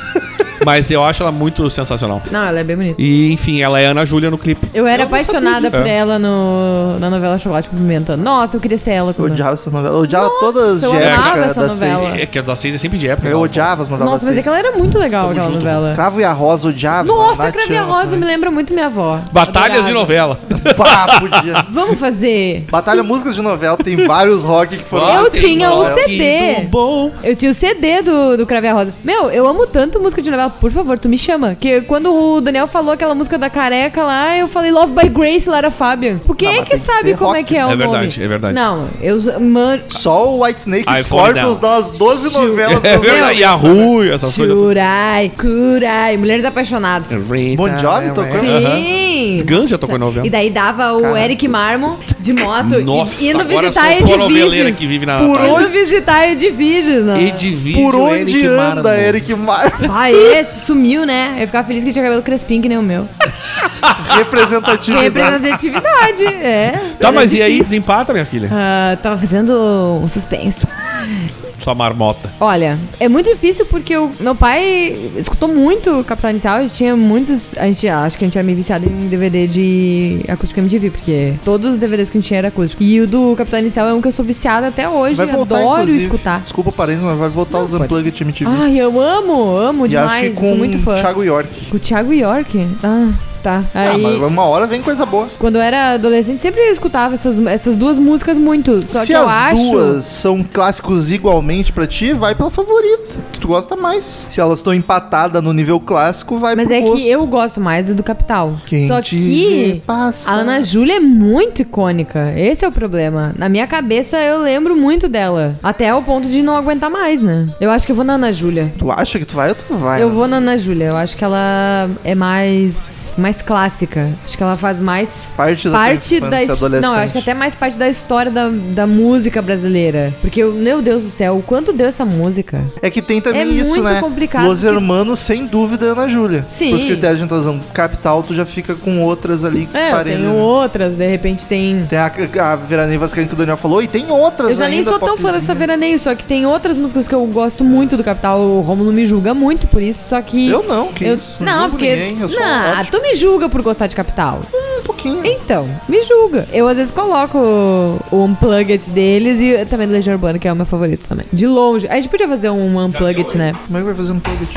[SPEAKER 5] Mas eu acho ela muito sensacional.
[SPEAKER 4] Não, ela é bem bonita.
[SPEAKER 5] E, enfim, ela é a Ana Júlia no clipe.
[SPEAKER 4] Eu era
[SPEAKER 5] Eu não sabia
[SPEAKER 4] apaixonada
[SPEAKER 5] disso.
[SPEAKER 4] por
[SPEAKER 5] É.
[SPEAKER 4] ela no, na novela Chocolate com Pimenta. Nossa, eu queria ser ela.
[SPEAKER 2] Eu
[SPEAKER 4] quando-
[SPEAKER 2] odiava essa novela. Eu odiava todas
[SPEAKER 4] eu
[SPEAKER 2] as de
[SPEAKER 4] amava
[SPEAKER 2] época
[SPEAKER 4] essa
[SPEAKER 2] das seis.
[SPEAKER 4] novela.
[SPEAKER 5] É que a das seis é sempre de época.
[SPEAKER 2] Eu
[SPEAKER 5] ela-
[SPEAKER 2] odiava as novelas
[SPEAKER 4] Nossa,
[SPEAKER 2] das
[SPEAKER 4] mas é que ela era muito legal aquela novela.
[SPEAKER 2] Cravo e a Rosa odiava.
[SPEAKER 4] Nossa,
[SPEAKER 2] Nath
[SPEAKER 4] a Crave e a
[SPEAKER 2] ama
[SPEAKER 4] Rosa me
[SPEAKER 2] também.
[SPEAKER 4] lembra muito minha avó.
[SPEAKER 5] Batalhas de
[SPEAKER 4] Adorava.
[SPEAKER 5] novela.
[SPEAKER 2] Pá, podia.
[SPEAKER 4] Vamos fazer.
[SPEAKER 2] [laughs] Batalha Músicas de Novela tem vários rock que foram...
[SPEAKER 4] Eu
[SPEAKER 2] lançados.
[SPEAKER 4] tinha um o
[SPEAKER 5] Que
[SPEAKER 4] CD.
[SPEAKER 5] do bom.
[SPEAKER 4] Eu tinha o CD do, do Crave e a Rosa. Meu, eu amo tanto música de novela. Por favor, tu me chama. Que quando o Daniel falou aquela música da careca lá, eu falei Love by Grace, Lara Fábia. Porque
[SPEAKER 2] Não,
[SPEAKER 4] é
[SPEAKER 2] mas
[SPEAKER 4] que
[SPEAKER 2] tem que
[SPEAKER 4] sabe
[SPEAKER 2] ser
[SPEAKER 4] como
[SPEAKER 2] rock.
[SPEAKER 4] é que é,
[SPEAKER 5] É
[SPEAKER 4] o nome.
[SPEAKER 5] verdade, é verdade.
[SPEAKER 4] Não, eu... Man...
[SPEAKER 2] Só o White Snake e
[SPEAKER 5] iPhone
[SPEAKER 2] Scorpions dão as 12
[SPEAKER 4] [laughs]
[SPEAKER 2] novelas.
[SPEAKER 5] É verdade. E a Rui, essas coisas.
[SPEAKER 4] Jurai, Curai, Mulheres Apaixonadas. Tá,
[SPEAKER 2] Bon
[SPEAKER 4] é,
[SPEAKER 2] Jovi tocou?
[SPEAKER 4] Sim!
[SPEAKER 5] Guns já É. tocou em novela.
[SPEAKER 4] E daí dava o Eric Marmon de moto
[SPEAKER 5] Nossa,
[SPEAKER 4] e indo
[SPEAKER 5] agora
[SPEAKER 4] visitar
[SPEAKER 5] só a noveleira
[SPEAKER 4] Ediviges.
[SPEAKER 5] que vive na
[SPEAKER 2] Por
[SPEAKER 5] Natália.
[SPEAKER 4] Indo visitar Ediviges, né?
[SPEAKER 5] Edvígio,
[SPEAKER 2] Por onde
[SPEAKER 5] Eric
[SPEAKER 2] anda
[SPEAKER 5] Marmon.
[SPEAKER 2] Eric [laughs] Marmon?
[SPEAKER 4] Ah, esse sumiu, né? Eu ficava feliz que tinha cabelo crespinho que nem o meu. Que
[SPEAKER 2] Representatividade.
[SPEAKER 4] [laughs] representatividade, é.
[SPEAKER 5] Tá, mas e aí desempata, minha filha?
[SPEAKER 4] Ah, tava fazendo um suspense.
[SPEAKER 5] Sua marmota.
[SPEAKER 4] Olha, é muito difícil porque o meu pai escutou muito Capital Inicial. A gente tinha muitos. A gente, ah, acho que a gente era meio viciado em DVD de acústica MTV, porque todos os DVDs que a gente tinha era acústico. E o do Capital Inicial é um que eu sou viciada até hoje.
[SPEAKER 2] Vai voltar,
[SPEAKER 4] adoro
[SPEAKER 2] inclusive.
[SPEAKER 4] escutar.
[SPEAKER 2] Desculpa o parênteses, mas vai voltar os Unplugged MTV.
[SPEAKER 4] Ai, eu amo, amo
[SPEAKER 2] e
[SPEAKER 4] demais.
[SPEAKER 2] acho que
[SPEAKER 4] sou
[SPEAKER 2] com
[SPEAKER 4] muito fã.
[SPEAKER 2] Thiago York.
[SPEAKER 4] Com o Thiago York? Ah, tá. Aí...
[SPEAKER 2] Ah, mas uma hora vem coisa boa.
[SPEAKER 4] Quando eu era adolescente, sempre eu escutava essas, essas duas músicas muito. Só
[SPEAKER 2] Se
[SPEAKER 4] que eu
[SPEAKER 2] as
[SPEAKER 4] acho.
[SPEAKER 2] duas são clássicos igualmente pra ti, vai pela favorita, que tu gosta mais. Se elas estão empatadas no nível clássico, vai
[SPEAKER 4] Mas
[SPEAKER 2] pro
[SPEAKER 4] é
[SPEAKER 2] gosto.
[SPEAKER 4] que eu gosto mais do, do Capital.
[SPEAKER 2] Quem
[SPEAKER 4] Só
[SPEAKER 2] te vê
[SPEAKER 4] que
[SPEAKER 2] passa.
[SPEAKER 4] a Ana Júlia é muito icônica. Esse é o problema. Na minha cabeça, eu lembro muito dela. Até o ponto de não aguentar mais, né? Eu acho que eu vou na Ana Júlia.
[SPEAKER 2] Tu acha que tu vai ou tu não vai?
[SPEAKER 4] Eu
[SPEAKER 2] né?
[SPEAKER 4] vou na Ana Júlia. Eu acho que ela é mais, mais clássica. Acho que ela faz mais
[SPEAKER 2] Parte da
[SPEAKER 4] parte
[SPEAKER 2] tua
[SPEAKER 4] da
[SPEAKER 2] infância,
[SPEAKER 4] his-
[SPEAKER 2] adolescente.
[SPEAKER 4] não, eu acho que até mais parte da história da, da música brasileira, porque eu- meu Deus do céu, o quanto deu essa música?
[SPEAKER 2] É que tem também
[SPEAKER 4] É
[SPEAKER 2] isso,
[SPEAKER 4] muito
[SPEAKER 2] né?
[SPEAKER 4] complicado
[SPEAKER 2] Los
[SPEAKER 4] que-
[SPEAKER 2] Hermanos, sem dúvida, é Ana Júlia.
[SPEAKER 4] Sim.
[SPEAKER 2] Os critérios de entrosão capital, tu já fica com outras ali que
[SPEAKER 4] É, eu
[SPEAKER 2] parecem,
[SPEAKER 4] tenho
[SPEAKER 2] né?
[SPEAKER 4] outras, de repente tem
[SPEAKER 2] Tem a, a Veraneio Vascaína que o Daniel falou, e tem outras
[SPEAKER 4] eu já nem
[SPEAKER 2] ainda,
[SPEAKER 4] sou tão fã
[SPEAKER 2] popzinha.
[SPEAKER 4] dessa veraneio, só que tem outras músicas que eu gosto muito do Capital. O Romulo me julga muito por isso, só que.
[SPEAKER 2] Eu não, que
[SPEAKER 4] eu-
[SPEAKER 2] isso,
[SPEAKER 4] Não,
[SPEAKER 2] julgo
[SPEAKER 4] porque.
[SPEAKER 2] ninguém, eu sou
[SPEAKER 4] não, ah,
[SPEAKER 2] ótimo.
[SPEAKER 4] tu me julga por gostar de Capital.
[SPEAKER 2] Um pouquinho.
[SPEAKER 4] Então, me julga. Eu às vezes coloco o- o unplugged deles e também do Legião Urbana, que é o meu favorito também. De longe. A gente podia fazer um unplugged, né?
[SPEAKER 2] Como é que vai fazer um plug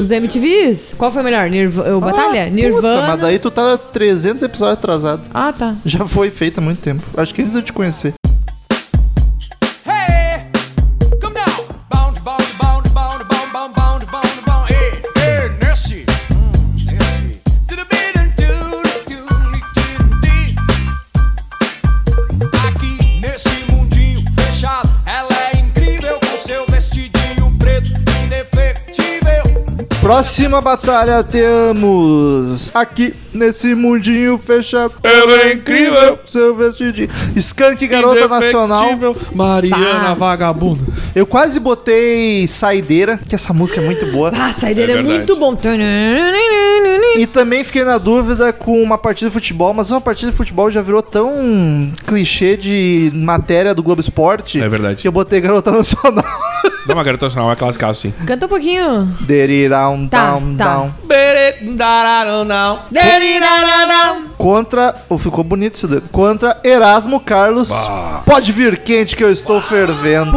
[SPEAKER 4] Os MTVs? Qual foi o melhor? Nirv o Batalha?
[SPEAKER 2] Ah, Puta,
[SPEAKER 4] Nirvana?
[SPEAKER 2] mas daí tu tá 300 episódios atrasado. [laughs]
[SPEAKER 4] Ah, tá.
[SPEAKER 2] Já foi feito há muito tempo. Acho que antes de eu te conhecer.
[SPEAKER 7] Aqui nesse mundinho fechado, ela é incrível com seu vestidinho preto indefectível.
[SPEAKER 2] O Próxima batalha temos aqui nesse mundinho fechado.
[SPEAKER 5] Ela é incrível.
[SPEAKER 2] Seu vestidinho. Skunk Garota Nacional.
[SPEAKER 5] Indefectível. Mariana
[SPEAKER 4] Tá.
[SPEAKER 5] Vagabunda.
[SPEAKER 2] Eu quase botei Saideira, que essa música é muito
[SPEAKER 4] [gasps]
[SPEAKER 2] boa.
[SPEAKER 4] Ah, saideira
[SPEAKER 3] É
[SPEAKER 4] é,
[SPEAKER 3] verdade.
[SPEAKER 4] muito bom.
[SPEAKER 2] E também fiquei na dúvida com uma partida de futebol, mas uma partida de futebol já virou tão clichê de matéria do Globo Esporte.
[SPEAKER 5] É verdade.
[SPEAKER 2] Que eu botei Garota [laughs] Nacional.
[SPEAKER 5] Não, uma garota nacional é classicaço, sim.
[SPEAKER 4] Canta um pouquinho.
[SPEAKER 2] Deriram,
[SPEAKER 4] Tá,
[SPEAKER 2] down,
[SPEAKER 4] tá.
[SPEAKER 2] down. Contra. Oh, ficou bonito esse dedo. Contra Erasmo Carlos. Pode vir quente que eu estou fervendo.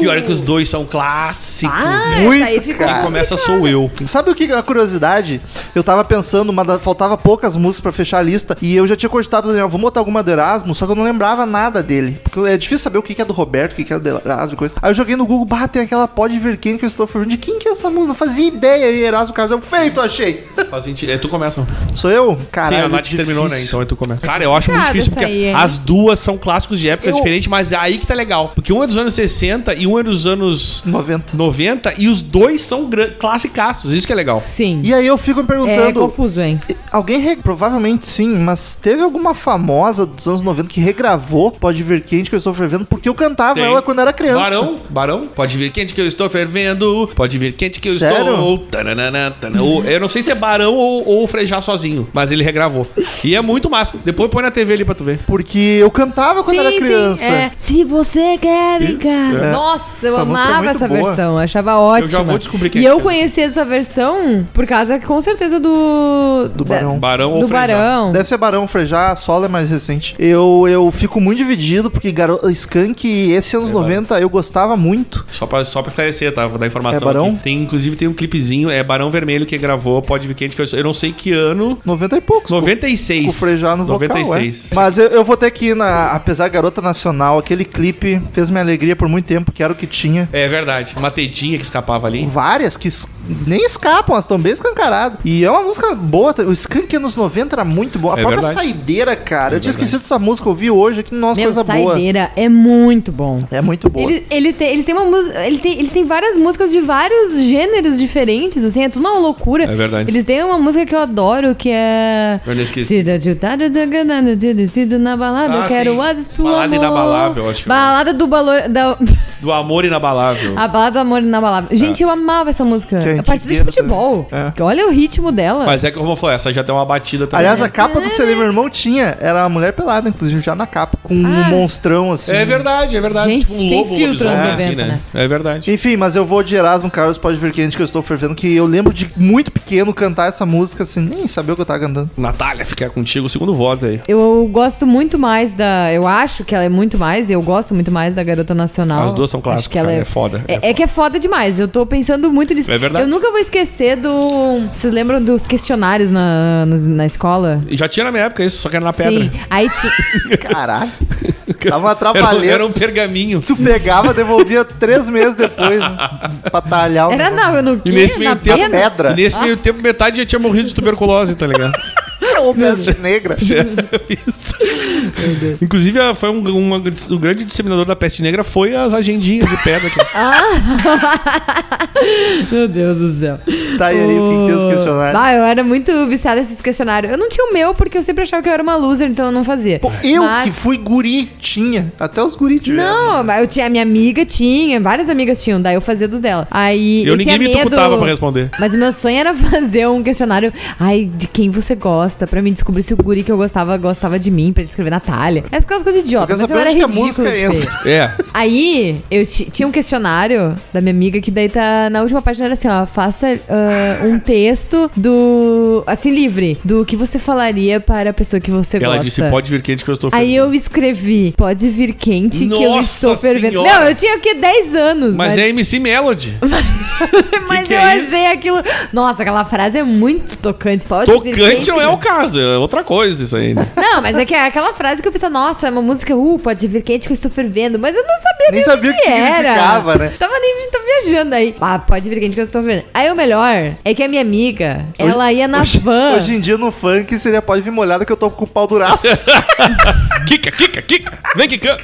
[SPEAKER 5] Pior é que os dois são clássicos.
[SPEAKER 4] Ah,
[SPEAKER 2] Muito,
[SPEAKER 4] essa aí ficou
[SPEAKER 2] cara.
[SPEAKER 5] Começa sou eu.
[SPEAKER 2] Sabe o que é a curiosidade? Eu tava pensando, uma da- faltava poucas músicas pra fechar a lista, e eu já tinha cogitado, pro Daniel, vamos botar alguma do Erasmo, só que eu não lembrava nada dele. Porque é difícil saber o que que é do Roberto, o que que é do Erasmo e coisa. Aí eu joguei no Google, bah, tem aquela pode vir quem que eu estou falando, de quem que é essa música? Não fazia ideia, e Erasmo Carlos, eu feito, achei. [laughs]
[SPEAKER 5] Faz sentido. É, tu começa.
[SPEAKER 2] Sou eu? Caralho,
[SPEAKER 5] Sim, a Nath
[SPEAKER 2] difícil.
[SPEAKER 5] terminou, né? Então aí tu começa. Cara, eu acho muito
[SPEAKER 4] Complicado
[SPEAKER 5] difícil,
[SPEAKER 4] essa
[SPEAKER 5] porque
[SPEAKER 4] aí, hein?
[SPEAKER 5] as duas são clássicos de épocas
[SPEAKER 2] Eu-
[SPEAKER 5] diferentes, mas é aí que tá legal. Porque um é dos anos 60 e um é dos anos
[SPEAKER 2] 90.
[SPEAKER 5] 90, e os dois são gran- classicaços. Isso que é legal.
[SPEAKER 4] Sim.
[SPEAKER 2] E aí eu fico me
[SPEAKER 4] É
[SPEAKER 2] perguntando,
[SPEAKER 4] confuso, hein?
[SPEAKER 2] Alguém, re- provavelmente sim, mas teve alguma famosa dos anos 90 que regravou Pode Vir Quente que eu estou fervendo porque eu cantava
[SPEAKER 5] Tem.
[SPEAKER 2] ela quando era criança.
[SPEAKER 5] Barão, barão, pode vir quente que eu estou fervendo, pode vir quente que eu
[SPEAKER 2] Sério?
[SPEAKER 5] estou. Tananana, tana- ou- eu não sei se é barão ou, ou frejar sozinho, mas ele regravou. E é muito massa. Depois põe na TV ali pra tu ver.
[SPEAKER 2] Porque eu cantava quando era criança.
[SPEAKER 4] Sim, é. Se você quer brincar.
[SPEAKER 2] É.
[SPEAKER 4] Nossa, eu
[SPEAKER 2] Essa música é
[SPEAKER 4] amava
[SPEAKER 2] muito
[SPEAKER 4] essa
[SPEAKER 2] boa.
[SPEAKER 4] versão. Eu achava ótima.
[SPEAKER 5] Eu já vou descobrir quem
[SPEAKER 4] E
[SPEAKER 5] é
[SPEAKER 4] eu
[SPEAKER 5] que é.
[SPEAKER 4] conheci essa versão por causa, com certeza, do.
[SPEAKER 2] Do Barão.
[SPEAKER 5] Barão
[SPEAKER 4] Da,
[SPEAKER 5] ou
[SPEAKER 4] do
[SPEAKER 5] frejar.
[SPEAKER 4] Barão.
[SPEAKER 2] Deve ser Barão, Frejá, Sola é mais recente. Eu, eu fico muito dividido porque Garo... Skank, esse
[SPEAKER 5] É,
[SPEAKER 2] anos 90, eu gostava muito.
[SPEAKER 5] Só pra, só pra esclarecer, tá? Vou dar informação
[SPEAKER 2] É Barão?
[SPEAKER 5] aqui. Tem, inclusive tem um clipezinho, é Barão Vermelho que gravou, pode vir quente que eu estou. Eu não sei que ano.
[SPEAKER 2] 90 e poucos. com-
[SPEAKER 5] 96.
[SPEAKER 2] Com o Frejá no vocal,
[SPEAKER 5] 96.
[SPEAKER 2] é. Mas eu, eu vou ter que ir na... Apesar Garota Nacional, aquele clipe fez minha alegria por muito tempo, que era o que tinha.
[SPEAKER 5] É verdade. Uma tetinha que escapava
[SPEAKER 4] [laughs]
[SPEAKER 5] ali.
[SPEAKER 2] várias que es- nem escapam, elas estão bem escancaradas. E é uma música boa. O Skank anos 90 era muito bom. A
[SPEAKER 5] É
[SPEAKER 2] própria
[SPEAKER 5] verdade. É
[SPEAKER 2] Saideira, cara. eu tinha esquecido dessa música, eu vi hoje aqui. Nossa,
[SPEAKER 4] Meu,
[SPEAKER 2] coisa boa.
[SPEAKER 4] Saideira é muito bom.
[SPEAKER 2] É muito boa.
[SPEAKER 4] Ele, ele tem, eles têm uma música. Ele tem, eles têm várias músicas de vários gêneros diferentes, assim, é tudo uma loucura.
[SPEAKER 5] É verdade.
[SPEAKER 4] Eles têm uma música que eu adoro, que é.
[SPEAKER 5] Eu não esqueci.
[SPEAKER 4] Se da tiltada, jogada, de decido na balada,
[SPEAKER 5] Ah,
[SPEAKER 4] eu quero
[SPEAKER 5] sim.
[SPEAKER 4] asas pro
[SPEAKER 5] Balada
[SPEAKER 4] amor.
[SPEAKER 5] inabalável, acho que é.
[SPEAKER 4] Balada do valor. Da, [laughs]
[SPEAKER 5] Do amor inabalável.
[SPEAKER 4] a balada do amor
[SPEAKER 5] É.
[SPEAKER 4] inabalável. Gente, eu amava essa música.
[SPEAKER 2] Que
[SPEAKER 4] a partida de
[SPEAKER 2] antigueira,
[SPEAKER 4] futebol.
[SPEAKER 2] né?
[SPEAKER 4] Que Olha o ritmo dela.
[SPEAKER 5] Mas é que eu vou essa já deu uma batida também. né?
[SPEAKER 2] Aliás, a capa do CD Meu Irmão tinha. Era a mulher pelada, inclusive, já na capa. Com
[SPEAKER 4] Ah.
[SPEAKER 2] um monstrão assim.
[SPEAKER 5] É verdade, é verdade.
[SPEAKER 4] Gente,
[SPEAKER 5] tipo um
[SPEAKER 4] sem
[SPEAKER 5] lobo, um
[SPEAKER 4] filtro
[SPEAKER 5] lobisomem,
[SPEAKER 4] anos
[SPEAKER 5] assim,
[SPEAKER 4] 90,
[SPEAKER 5] né? É verdade.
[SPEAKER 2] Enfim, mas eu vou de Erasmo Carlos, pode ver quente que eu estou fervendo. Que eu lembro de muito pequeno cantar essa música, assim, nem sabia o que eu tava
[SPEAKER 5] [laughs]
[SPEAKER 2] cantando.
[SPEAKER 5] Natália, fica contigo o segundo voto aí.
[SPEAKER 4] Eu gosto muito mais da. Eu acho que ela é muito mais, eu gosto muito mais da Garota Nacional.
[SPEAKER 5] As duas são clássicas,
[SPEAKER 4] Acho que ela
[SPEAKER 5] cara, é foda,
[SPEAKER 4] É,
[SPEAKER 5] é
[SPEAKER 4] é que é foda demais. Eu tô pensando muito nisso.
[SPEAKER 5] É verdade.
[SPEAKER 4] Eu nunca vou esquecer do. Vocês lembram dos questionários na, na, na escola?
[SPEAKER 5] E já tinha na minha época isso, só que era na pedra.
[SPEAKER 4] Sim. Aí ti-
[SPEAKER 2] Caralho. Tava
[SPEAKER 5] Era,
[SPEAKER 2] atrapalhando.
[SPEAKER 5] um- era um pergaminho.
[SPEAKER 2] Tu pegava, devolvia três meses depois né, pra talhar o
[SPEAKER 4] Era
[SPEAKER 2] negócio.
[SPEAKER 4] na, no quê?
[SPEAKER 5] E nesse
[SPEAKER 4] na
[SPEAKER 5] meio tempo-
[SPEAKER 4] pena?
[SPEAKER 2] pedra.
[SPEAKER 5] E nesse meio tempo, metade já tinha morrido de tuberculose, tá ligado?
[SPEAKER 2] Ou peste negra.
[SPEAKER 5] Isso. Inclusive, a- foi um, uma- o grande disseminador da peste negra foi as agendinhas de pedra. que-
[SPEAKER 4] Ah, Meu Deus do céu.
[SPEAKER 2] Tá, e aí, o que que tem os questionários?
[SPEAKER 4] Ah, eu era muito viciada nesses questionários. Eu não tinha o meu, porque eu sempre achava que eu era uma loser, então eu não fazia.
[SPEAKER 2] Pô, eu
[SPEAKER 4] Mas-
[SPEAKER 2] que fui guri, tinha. Até os guri tiveram.
[SPEAKER 4] Não, mas eu tinha, a minha amiga tinha, várias amigas tinham, daí eu fazia dos dela. Aí
[SPEAKER 5] Eu, ninguém
[SPEAKER 4] tinha
[SPEAKER 5] me
[SPEAKER 4] medo,
[SPEAKER 5] tucutava pra responder.
[SPEAKER 4] Mas o meu sonho era [laughs] fazer um questionário, ai, de quem você gosta, pra mim descobrir se o guri que eu gostava gostava de mim, pra ele escrever Natália. Essas aquelas coisas idiotas,
[SPEAKER 2] Porque
[SPEAKER 4] mas eu era
[SPEAKER 2] sabe onde que a
[SPEAKER 4] ridículo
[SPEAKER 2] música entra.
[SPEAKER 5] É.
[SPEAKER 4] Aí, eu ti- tinha um questionário da minha amiga que daí tá na última página era assim, ó, faça ah, um texto do assim livre, do que você falaria para a pessoa que você
[SPEAKER 5] Ela
[SPEAKER 4] gosta.
[SPEAKER 5] disse: pode vir quente que eu estou
[SPEAKER 4] Aí
[SPEAKER 5] feliz."
[SPEAKER 4] eu escrevi, pode vir quente que eu
[SPEAKER 5] Nossa
[SPEAKER 4] estou fervendo.
[SPEAKER 5] Senhora!
[SPEAKER 4] Não, eu tinha o quê? 10 anos.
[SPEAKER 5] Mas é MC
[SPEAKER 4] [laughs]
[SPEAKER 5] Melody.
[SPEAKER 4] mas
[SPEAKER 5] que
[SPEAKER 4] eu
[SPEAKER 5] é
[SPEAKER 4] achei aquilo. Nossa, aquela frase é muito tocante. Pode vir
[SPEAKER 5] Tocante
[SPEAKER 4] quente.
[SPEAKER 5] não é o casa, é outra coisa isso aí. né?
[SPEAKER 4] Não, mas é que é aquela frase que eu pensei, nossa, é uma música, uh, pode vir quente que eu estou fervendo. Mas eu não sabia
[SPEAKER 2] Nem sabia o que
[SPEAKER 4] era.
[SPEAKER 2] significava, né?
[SPEAKER 4] Tava nem tava viajando aí. Ah, pode vir quente que eu estou fervendo. Aí o melhor é que a minha amiga, ela ia na
[SPEAKER 2] hoje,
[SPEAKER 4] van.
[SPEAKER 2] hoje em dia no funk seria pode vir molhada que eu tô com o pau
[SPEAKER 4] [laughs]
[SPEAKER 2] duraço.
[SPEAKER 5] Kika, kika, kika. Vem quicando.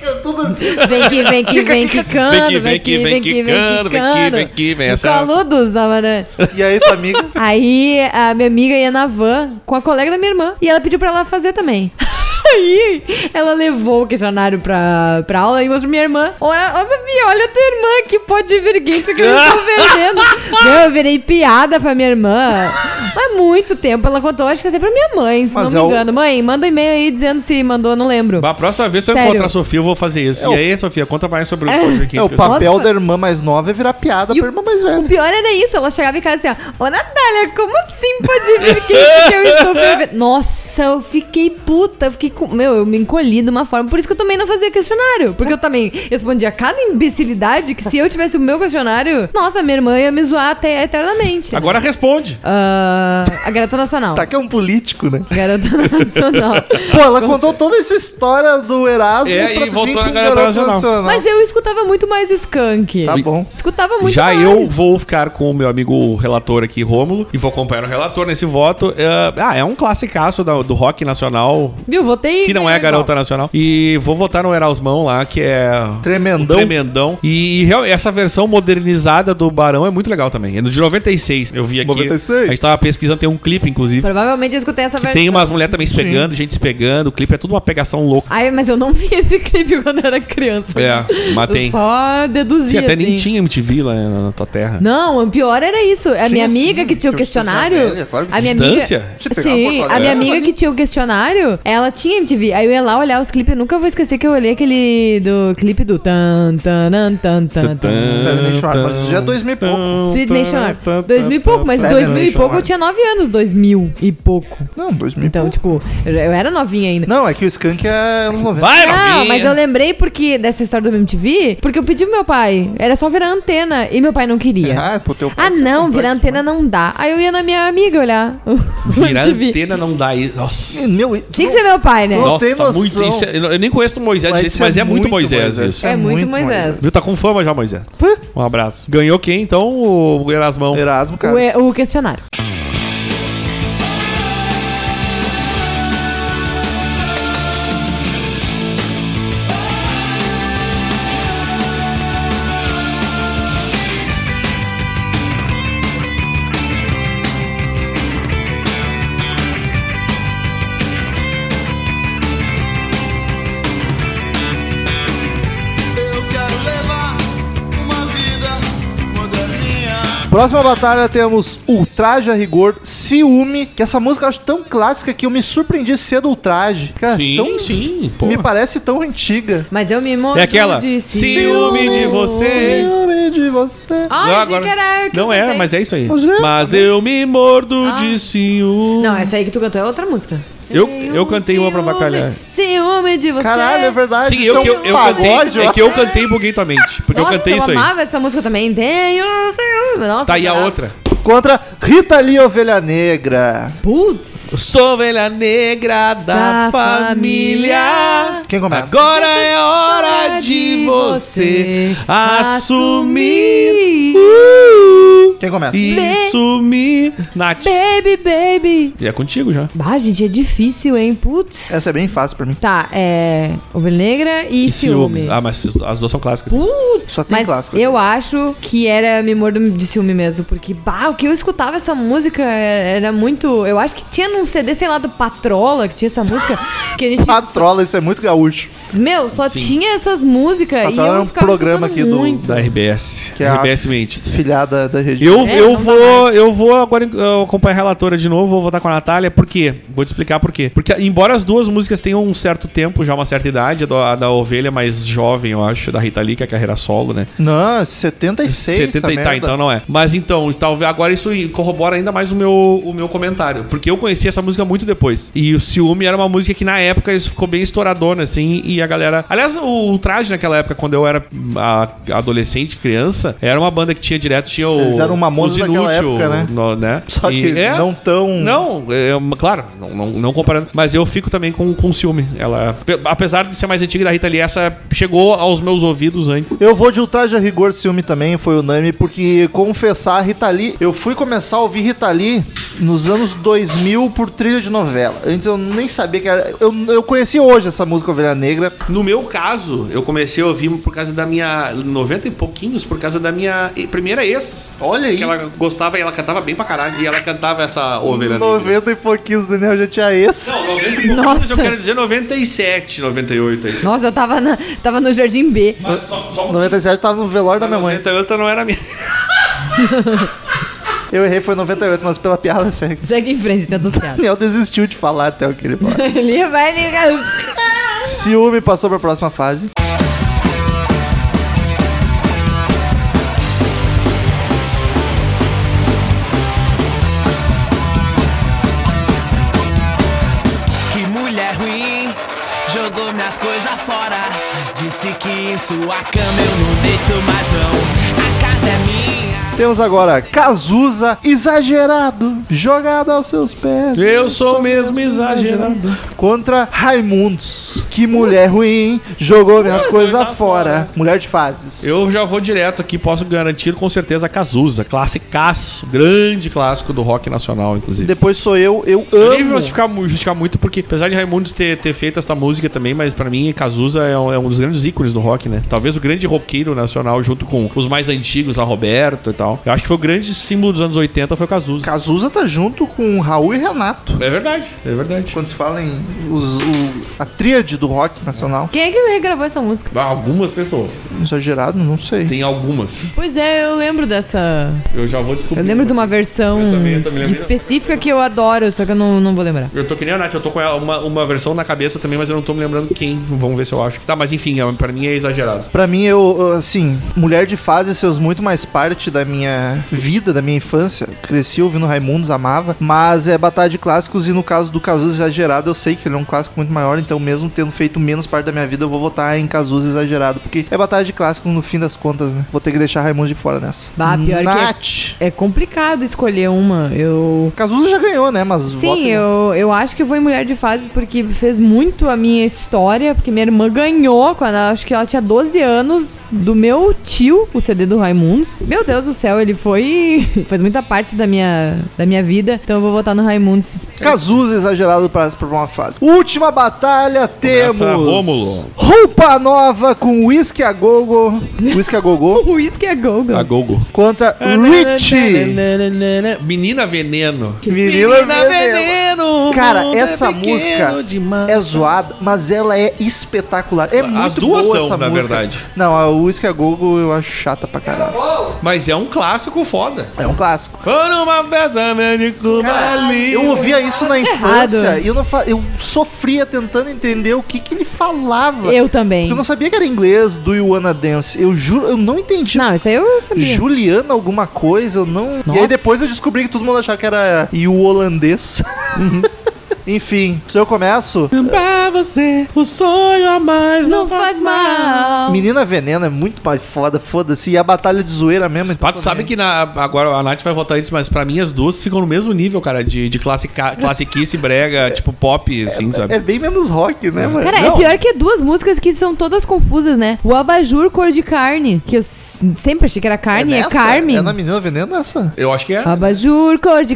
[SPEAKER 5] [laughs]
[SPEAKER 4] Vem que, vem que, vem que
[SPEAKER 5] Vem
[SPEAKER 4] cando,
[SPEAKER 5] que, vem que, vem que cando. Vem que, vem que, vem
[SPEAKER 4] essa.
[SPEAKER 5] essa.
[SPEAKER 4] Calor dos Amarã.
[SPEAKER 2] e aí tua amiga.
[SPEAKER 4] Aí a minha amiga ia na van com a colega da minha irmã e ela pediu pra ela fazer também. [laughs] Aí ela levou o questionário pra, pra aula e mostrou pra minha irmã. Olha, olha, Sofia, olha a tua irmã que pode vir quente que eu
[SPEAKER 2] [laughs]
[SPEAKER 4] estou vendendo. Meu, eu virei piada pra minha irmã. Há muito tempo ela contou, acho que até pra minha mãe, se
[SPEAKER 2] Mas
[SPEAKER 4] não me
[SPEAKER 2] é o-
[SPEAKER 4] engano. Mãe, manda e-mail aí dizendo se mandou, não lembro.
[SPEAKER 5] A próxima vez que eu
[SPEAKER 4] Sério.
[SPEAKER 5] encontrar a Sofia, eu vou fazer isso.
[SPEAKER 2] É
[SPEAKER 5] E
[SPEAKER 2] o-
[SPEAKER 5] aí, Sofia, conta mais sobre o Pode Vir Quente.
[SPEAKER 2] É, o
[SPEAKER 5] que eu-
[SPEAKER 2] papel da irmã mais nova é virar piada pra irmã mais
[SPEAKER 4] O
[SPEAKER 2] velha.
[SPEAKER 4] pior era isso, ela chegava em casa assim, ó, ô Natália, como assim pode vir quente que eu estou bebendo? Nossa, eu fiquei puta, eu fiquei com. Meu, eu me encolhi de uma forma. Por isso que eu também não fazia questionário. Porque eu também respondia cada imbecilidade que se eu tivesse o meu questionário, nossa, minha irmã ia me zoar até eternamente.
[SPEAKER 5] Agora responde.
[SPEAKER 4] Ah, a garota nacional.
[SPEAKER 2] Tá que é um político, né?
[SPEAKER 4] Garota [laughs] nacional.
[SPEAKER 2] Pô, ela contou toda essa história do Erasmo
[SPEAKER 5] É, e
[SPEAKER 2] pra vir
[SPEAKER 5] voltou
[SPEAKER 2] com
[SPEAKER 5] na
[SPEAKER 2] o
[SPEAKER 5] Garota
[SPEAKER 2] garoto
[SPEAKER 5] Nacional.
[SPEAKER 4] Mas é- eu escutava muito mais skunk.
[SPEAKER 2] Tá bom.
[SPEAKER 4] Escutava muito
[SPEAKER 5] Já
[SPEAKER 4] mais.
[SPEAKER 5] eu vou ficar com o meu amigo relator aqui, Rômulo, e vou acompanhar o relator nesse voto. É, ah, é um classicaço da- do rock nacional,
[SPEAKER 4] Viu, votei.
[SPEAKER 5] que não é garota nacional. E vou votar no Erasmão lá, que é.
[SPEAKER 2] Tremendão.
[SPEAKER 5] Tremendão. E, e real- essa versão modernizada do Barão é muito legal também. É do de 96. Eu vi aqui.
[SPEAKER 2] 96?
[SPEAKER 5] A gente tava pesquisando, tem um clipe, inclusive.
[SPEAKER 4] Provavelmente eu escutei essa
[SPEAKER 5] Que
[SPEAKER 4] versão.
[SPEAKER 5] tem umas mulheres também se pegando, gente se pegando. O clipe é tudo uma pegação louca.
[SPEAKER 4] Ai, mas eu não vi esse [laughs] clipe quando eu era criança.
[SPEAKER 5] É, mas
[SPEAKER 4] Eu
[SPEAKER 5] tem.
[SPEAKER 4] Só deduzi.
[SPEAKER 5] Sim, até
[SPEAKER 4] assim.
[SPEAKER 5] nem tinha MTV lá na, na tua terra.
[SPEAKER 4] Não, o pior era isso. A minha amiga
[SPEAKER 2] sim,
[SPEAKER 4] que tinha o
[SPEAKER 2] porque você
[SPEAKER 4] questionário.
[SPEAKER 2] é velha, claro que
[SPEAKER 4] a minha
[SPEAKER 5] Distância?
[SPEAKER 4] amiga.
[SPEAKER 2] Você pegava
[SPEAKER 4] Sim,
[SPEAKER 2] uma
[SPEAKER 4] a minha
[SPEAKER 2] colega.
[SPEAKER 4] amiga que tinha o questionário, ela tinha MTV. Aí eu ia lá olhar os clipes, eu nunca vou esquecer que eu olhei aquele do clipe do tan tan tan tan tan. tan.
[SPEAKER 2] Não sabe nem chorar,
[SPEAKER 5] tá.
[SPEAKER 2] mas isso já é dois mil e pouco.
[SPEAKER 4] Sweet Nation Shore. Dois mil e pouco, mas
[SPEAKER 2] Seven
[SPEAKER 4] dois mil e
[SPEAKER 2] Nation
[SPEAKER 4] pouco eu
[SPEAKER 2] Army.
[SPEAKER 4] tinha nove anos, dois mil e pouco.
[SPEAKER 2] Não, dois mil e
[SPEAKER 4] Então,
[SPEAKER 2] pouco.
[SPEAKER 4] tipo, eu já- eu era novinha ainda.
[SPEAKER 2] Não, é que o Skank é anos 90.
[SPEAKER 5] Vai,
[SPEAKER 4] Não,
[SPEAKER 5] novinha!
[SPEAKER 4] Ah, mas eu lembrei porque dessa história do MTV, porque eu pedi pro meu pai. Era só virar antena e meu pai não queria.
[SPEAKER 2] Ah, é pro teu pai
[SPEAKER 4] Ah,
[SPEAKER 2] ser
[SPEAKER 4] não,
[SPEAKER 2] complexo,
[SPEAKER 4] virar antena não dá. Aí eu ia na minha amiga olhar. o
[SPEAKER 5] Virar
[SPEAKER 4] MTV.
[SPEAKER 5] antena não dá isso. Nossa.
[SPEAKER 2] né? Meu,
[SPEAKER 4] Tinha que ser meu pai, né?
[SPEAKER 2] Não
[SPEAKER 5] Nossa,
[SPEAKER 2] tem noção.
[SPEAKER 5] muito. isso é- eu nem conheço o Moisés,
[SPEAKER 2] Mas
[SPEAKER 5] direito,
[SPEAKER 2] isso
[SPEAKER 5] mas é, muito Moisés, isso.
[SPEAKER 4] É muito Moisés.
[SPEAKER 5] Viu? Tá com fama já, Moisés. Um abraço. Ganhou quem, então, o Erasmão?
[SPEAKER 2] Erasmo,
[SPEAKER 4] O, é,
[SPEAKER 2] cara.
[SPEAKER 4] o questionário.
[SPEAKER 7] Eu quero levar uma vida moderninha.
[SPEAKER 2] Próxima batalha temos Ultraje a Rigor, Ciúme, que essa música eu acho tão clássica que eu me surpreendi cedo Ultraje. Cara,
[SPEAKER 5] Sim,
[SPEAKER 2] tão,
[SPEAKER 5] sim, porra.
[SPEAKER 2] Ah, então Me parece tão antiga.
[SPEAKER 4] Mas eu me morro
[SPEAKER 5] É aquela.
[SPEAKER 4] de
[SPEAKER 5] Ciúme de
[SPEAKER 4] É
[SPEAKER 5] você.
[SPEAKER 2] Ciúme de você.
[SPEAKER 4] Ai,
[SPEAKER 5] Não,
[SPEAKER 4] achei que era eu que
[SPEAKER 5] não é,
[SPEAKER 4] cantei.
[SPEAKER 5] mas é isso aí.
[SPEAKER 2] Mas é.
[SPEAKER 5] Mas eu me mordo
[SPEAKER 4] Ah.
[SPEAKER 5] de ciúme.
[SPEAKER 4] Não, essa aí que tu cantou é outra música. um
[SPEAKER 5] Eu- eu cantei uma pra
[SPEAKER 4] Ciúme,
[SPEAKER 5] bacalhar.
[SPEAKER 4] Ciúme de você.
[SPEAKER 2] Caralho, é verdade.
[SPEAKER 5] Sim,
[SPEAKER 2] isso
[SPEAKER 5] eu,
[SPEAKER 2] é
[SPEAKER 5] eu,
[SPEAKER 2] um
[SPEAKER 5] eu
[SPEAKER 2] pagode,
[SPEAKER 5] cantei.
[SPEAKER 2] ó.
[SPEAKER 5] É que eu cantei e buguei tua mente. Porque
[SPEAKER 4] Nossa,
[SPEAKER 5] eu cantei isso aí.
[SPEAKER 4] amava essa música também. Tenho ciúme. Nossa,
[SPEAKER 5] Tá aí a
[SPEAKER 4] caralho.
[SPEAKER 5] outra.
[SPEAKER 2] Contra Rita Lee Ovelha Negra.
[SPEAKER 4] Putz.
[SPEAKER 5] Sou velha negra da,
[SPEAKER 4] Da família.
[SPEAKER 5] família.
[SPEAKER 2] Quem começa?
[SPEAKER 5] Agora é hora de você assumir. Uh!
[SPEAKER 2] Quem começa?
[SPEAKER 5] E
[SPEAKER 4] Bem.
[SPEAKER 5] sumir. Nath.
[SPEAKER 4] Baby, baby.
[SPEAKER 5] E é contigo já.
[SPEAKER 4] Bah, gente, é difícil, hein? Putz.
[SPEAKER 2] Essa é bem fácil pra mim.
[SPEAKER 4] Tá, é. Ovelha Negra e, ciúme.
[SPEAKER 5] Ah, mas as duas são clássicas.
[SPEAKER 4] Putz,
[SPEAKER 2] Só tem
[SPEAKER 4] mas
[SPEAKER 2] clássico.
[SPEAKER 4] eu acho que era Me Mordo de Ciúme mesmo, porque, bah, o que eu escutava essa música era muito... Eu acho que tinha num CD, sei lá, do Patrola, que tinha essa música, que a
[SPEAKER 2] [laughs]
[SPEAKER 4] gente...
[SPEAKER 2] Patrola, isso é muito gaúcho.
[SPEAKER 4] Meu, só
[SPEAKER 5] Sim.
[SPEAKER 4] tinha essas músicas e eu
[SPEAKER 2] Patrola era um
[SPEAKER 4] ficava
[SPEAKER 2] programa
[SPEAKER 4] escutando
[SPEAKER 2] aqui do-
[SPEAKER 4] muito.
[SPEAKER 5] Da RBS.
[SPEAKER 2] Que é a-
[SPEAKER 5] RBS Mente.
[SPEAKER 2] Filhada da região.
[SPEAKER 5] Eu,
[SPEAKER 4] É,
[SPEAKER 5] eu,
[SPEAKER 4] não dá
[SPEAKER 5] vou, eu vou agora eh, acompanhar a relatora de novo, vou votar com a Natália, por quê? Vou te explicar por quê. Porque, embora as duas músicas tenham um certo tempo, já uma certa idade, a da, a da Ovelha é mais jovem, eu acho, da Rita Lee, que é a carreira solo, né?
[SPEAKER 2] Não, é 76.
[SPEAKER 5] 70
[SPEAKER 2] essa
[SPEAKER 5] e tá,
[SPEAKER 2] merda.
[SPEAKER 5] então não é. Mas então, talvez agora isso corrobora ainda mais o meu, o meu comentário. Porque eu conheci essa música muito depois. E o Ciúme era uma música que na época isso ficou bem estouradona, assim, e a galera. Aliás, o, traje naquela época, quando eu era ah, adolescente, criança, era uma banda que tinha direto, tinha o.
[SPEAKER 2] Eles eram mamonas
[SPEAKER 5] os
[SPEAKER 2] naquela
[SPEAKER 5] Inútil,
[SPEAKER 2] época, né?
[SPEAKER 5] no- né?
[SPEAKER 2] Só
[SPEAKER 5] E-
[SPEAKER 2] que
[SPEAKER 5] é,
[SPEAKER 2] não tão.
[SPEAKER 5] Não, é, é, claro, não, não, não comparando. Mas eu fico também com, com ciúme. Ela, pe- apesar de ser mais antiga da Rita Lee, essa chegou aos meus ouvidos antes.
[SPEAKER 2] Eu vou de ultraje a rigor ciúme também, foi o Nami, porque confessar a Rita Lee, eu fui começar a ouvir Rita Lee nos anos 2000 por trilha de novela. Antes eu nem sabia que era. Eu, eu conheci hoje essa música Ovelha Negra.
[SPEAKER 5] No meu caso, eu comecei a ouvir por causa da minha. 90 e pouquinhos, por causa da minha e- primeira ex.
[SPEAKER 2] Olha aí.
[SPEAKER 5] Que ela gostava e ela cantava bem pra caralho. E ela cantava essa ovelha. Negra.
[SPEAKER 2] 90 e pouquinhos, Daniel já tinha esse.
[SPEAKER 5] Não, 90 e pouquinhos,
[SPEAKER 4] Nossa.
[SPEAKER 5] eu quero dizer 97, 98. Aí.
[SPEAKER 4] Nossa, eu tava, na- tava no Jardim B.
[SPEAKER 5] Mas só, só
[SPEAKER 2] 97 tava no velório da minha mãe.
[SPEAKER 5] 98 não era minha.
[SPEAKER 2] Eu errei, foi 98, mas pela piada segue.
[SPEAKER 4] Segue em frente, tenta os
[SPEAKER 2] [laughs]
[SPEAKER 4] piadas.
[SPEAKER 2] Daniel desistiu de falar até o que ele falou.
[SPEAKER 5] [laughs]
[SPEAKER 4] Ele vai ligar.
[SPEAKER 2] Ciúme passou pra próxima fase.
[SPEAKER 9] Que mulher ruim jogou minhas coisas fora. Disse que em sua cama eu não deito mais não. A casa é minha.
[SPEAKER 2] Temos agora Cazuza exagerado, jogado aos seus pés.
[SPEAKER 5] Eu sou mesmo exagerado.
[SPEAKER 2] Contra Raimundos. Que mulher ruim, jogou minhas coisas fora. Mulher de fases.
[SPEAKER 5] Eu já vou direto aqui, posso garantir com certeza a Cazuza, classicaço, grande clássico do rock nacional, inclusive.
[SPEAKER 2] Depois sou eu, eu
[SPEAKER 5] Eu nem vou
[SPEAKER 2] amo.
[SPEAKER 5] justificar, mu- justificar muito, porque apesar de Raimundos ter, ter feito essa música também, mas pra mim Cazuza é um, é um dos grandes ícones do rock, né? Talvez o grande roqueiro nacional, junto com os mais antigos, a Roberto e tal. Eu acho que foi o grande símbolo dos anos 80 foi o Cazuza.
[SPEAKER 2] Cazuza tá junto com Raul e Renato.
[SPEAKER 5] É verdade, é verdade.
[SPEAKER 2] Quando se fala em os- o- a tríade do rock nacional.
[SPEAKER 4] Quem é que regravou essa música?
[SPEAKER 5] Algumas pessoas.
[SPEAKER 2] Exagerado, não sei.
[SPEAKER 5] Tem algumas.
[SPEAKER 4] Pois é, eu lembro dessa.
[SPEAKER 5] Eu já vou descobrir.
[SPEAKER 4] Eu lembro de uma versão
[SPEAKER 5] Eu também, eu também lembro.
[SPEAKER 4] específica que eu adoro, só que eu não, não vou lembrar.
[SPEAKER 5] Eu tô que nem a Nath, eu tô com ela- uma, uma versão na cabeça também, mas eu não tô me lembrando quem. Vamos ver se eu acho. Tá, mas enfim, é- pra mim é exagerado.
[SPEAKER 2] Pra mim, eu, eu, assim, Mulher de Fases fez muito mais parte da minha vida, da minha infância. Cresci ouvindo Raimundos, amava. Mas é batalha de clássicos e no caso do Cazuza Exagerado, eu sei que ele é um clássico muito maior. Então, mesmo tendo feito menos parte da minha vida, eu vou votar em Cazuza Exagerado. Porque é batalha de clássicos no fim das contas, né? Vou ter que deixar Raimundos de fora nessa.
[SPEAKER 4] Bah, pior que-
[SPEAKER 2] Nath!
[SPEAKER 4] É complicado escolher uma. Eu.
[SPEAKER 2] Cazuza já ganhou, né? Mas
[SPEAKER 4] Sim, eu, eu acho que eu vou em Mulher de Fases porque fez muito a minha história. Porque minha irmã ganhou quando ela, acho que ela tinha 12 anos do meu tio, o CD do Raimundos. Meu Deus do céu, ele foi. [laughs] faz muita parte da minha, da minha vida. Então eu vou votar no Raimundos. [laughs]
[SPEAKER 2] Cazuza exagerado para para uma fase. Última batalha temos.
[SPEAKER 5] Rômulo.
[SPEAKER 2] Roupa nova com whisky a gogo. Whisky a gogo
[SPEAKER 4] O Whisky é Gogo.
[SPEAKER 5] Gogo.
[SPEAKER 2] contra Richie.
[SPEAKER 5] Menina Veneno.
[SPEAKER 2] Menina Veneno.
[SPEAKER 8] é
[SPEAKER 2] Cara, essa música é zoada, mas ela é espetacular. É muito
[SPEAKER 5] duas
[SPEAKER 2] boa
[SPEAKER 5] são,
[SPEAKER 2] essa
[SPEAKER 5] na
[SPEAKER 2] música.
[SPEAKER 5] verdade.
[SPEAKER 2] Não, a Whisky a Gogo eu acho chata pra caralho.
[SPEAKER 5] Mas é um clássico foda.
[SPEAKER 2] É um clássico.
[SPEAKER 5] Quando uma festa médico
[SPEAKER 2] Cara,
[SPEAKER 5] ali.
[SPEAKER 2] eu ouvia isso na infância
[SPEAKER 4] errado.
[SPEAKER 2] e eu, não fa- eu sofria tentando entender o que, que ele falava.
[SPEAKER 4] Eu também.
[SPEAKER 2] Eu não sabia que era inglês do You Wanna Dance. Eu juro, eu não entendi.
[SPEAKER 4] Não, isso aí eu sabia.
[SPEAKER 2] Juliana alguma coisa, eu não. E aí
[SPEAKER 4] Nossa.
[SPEAKER 2] depois eu descobri que todo mundo achava que era e o holandês.
[SPEAKER 4] Uhum.
[SPEAKER 2] [laughs] Enfim, se eu começo,
[SPEAKER 5] Pra você, o sonho a mais
[SPEAKER 4] Não faz mal.
[SPEAKER 2] Menina Veneno é muito mais foda, foda-se. E a batalha de zoeira mesmo. então
[SPEAKER 5] Pato,
[SPEAKER 2] tô
[SPEAKER 5] sabe
[SPEAKER 2] nem-
[SPEAKER 5] que na- agora a Nath vai votar antes, mas pra mim as duas ficam no mesmo nível, cara, de, de classica, classiquice,
[SPEAKER 2] [laughs]
[SPEAKER 5] brega, tipo pop, assim, sabe?
[SPEAKER 2] É bem menos rock, né, mano?
[SPEAKER 4] Cara,
[SPEAKER 2] Não,
[SPEAKER 4] é pior que duas músicas que são todas confusas, né? O Abajur Cor de Carne, que eu s- sempre achei que era carne, é,
[SPEAKER 2] nessa?
[SPEAKER 4] Carmen.
[SPEAKER 2] É na Menina Veneno essa?
[SPEAKER 5] Eu acho que é.
[SPEAKER 4] Abajur Cor de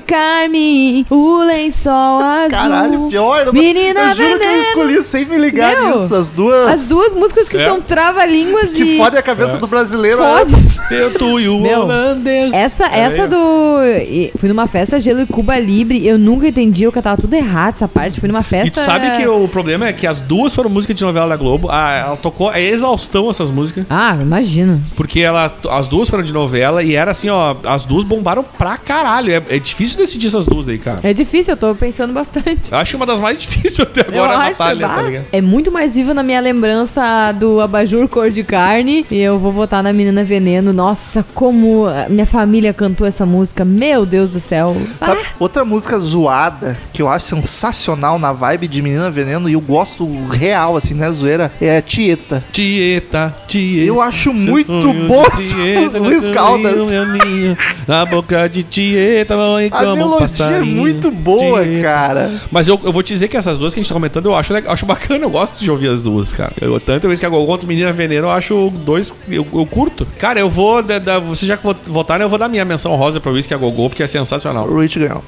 [SPEAKER 4] Carne, o lençol azul.
[SPEAKER 2] Caralho, pior. Eu, não-
[SPEAKER 4] Menina
[SPEAKER 2] eu juro que eu
[SPEAKER 4] Veneno.
[SPEAKER 2] escolhi sem me ligar
[SPEAKER 4] Meu,
[SPEAKER 2] nisso. As duas.
[SPEAKER 4] As duas músicas que
[SPEAKER 5] É.
[SPEAKER 4] são trava-línguas
[SPEAKER 2] Que é
[SPEAKER 4] e...
[SPEAKER 2] fodem a cabeça do brasileiro.
[SPEAKER 4] Fode.
[SPEAKER 5] Eu, tu e o
[SPEAKER 4] Meu,
[SPEAKER 5] holandês.
[SPEAKER 4] Essa,
[SPEAKER 5] É
[SPEAKER 4] essa
[SPEAKER 5] meio-
[SPEAKER 4] do. e- Fui numa festa Gelo e Cuba Libre. Eu nunca entendi, eu catava tudo errado essa parte. Fui numa
[SPEAKER 5] E
[SPEAKER 4] festa.
[SPEAKER 5] tu sabe que o problema é que as duas foram músicas de novela da Globo. Ah, ela tocou é exaustão essas músicas.
[SPEAKER 4] Ah, imagino.
[SPEAKER 5] Porque ela, as duas foram de novela e era assim, ó. As duas bombaram pra caralho. É, é difícil decidir essas duas aí, cara.
[SPEAKER 4] É difícil, eu tô pensando bastante.
[SPEAKER 5] Eu acho que uma das mais [laughs] difíceis até
[SPEAKER 4] Eu
[SPEAKER 5] agora é a
[SPEAKER 4] acho,
[SPEAKER 5] batalha. Itália, tá ligado?
[SPEAKER 4] É muito mais vivo na minha lembrança do abajur cor de carne. E eu vou votar na Menina Veneno. Nossa, como a minha família cantou essa música. Meu Deus do céu.
[SPEAKER 2] Sabe, outra música zoada que eu acho sensacional na vibe de Menina Veneno e eu gosto real, assim, não é zoeira, é a Tieta.
[SPEAKER 5] Tieta, tieta.
[SPEAKER 2] Eu acho muito
[SPEAKER 5] Sonho
[SPEAKER 2] boa
[SPEAKER 5] de
[SPEAKER 2] essa-
[SPEAKER 5] tieta,
[SPEAKER 2] Luiz
[SPEAKER 5] meu
[SPEAKER 2] Caldas.
[SPEAKER 5] ninho, meu ninho. Na boca de tieta, mamãe
[SPEAKER 2] A
[SPEAKER 5] como um
[SPEAKER 2] melodia é
[SPEAKER 5] passarinho.
[SPEAKER 2] muito boa,
[SPEAKER 5] Tieta.
[SPEAKER 2] cara.
[SPEAKER 5] Mas eu, eu vou te dizer que essas duas que a gente tá comentando, eu acho, le- acho bacana, eu gosto de ouvir as duas, cara. Eu, tanto vez que eu conto Menina Veneno, eu acho dois, eu, eu curto. Cara, eu vou, da, da, vocês já que vo- votaram, eu vou dar minha menção rosa pra Whisky a Gogô, porque é sensacional.
[SPEAKER 2] O Rich ganhou.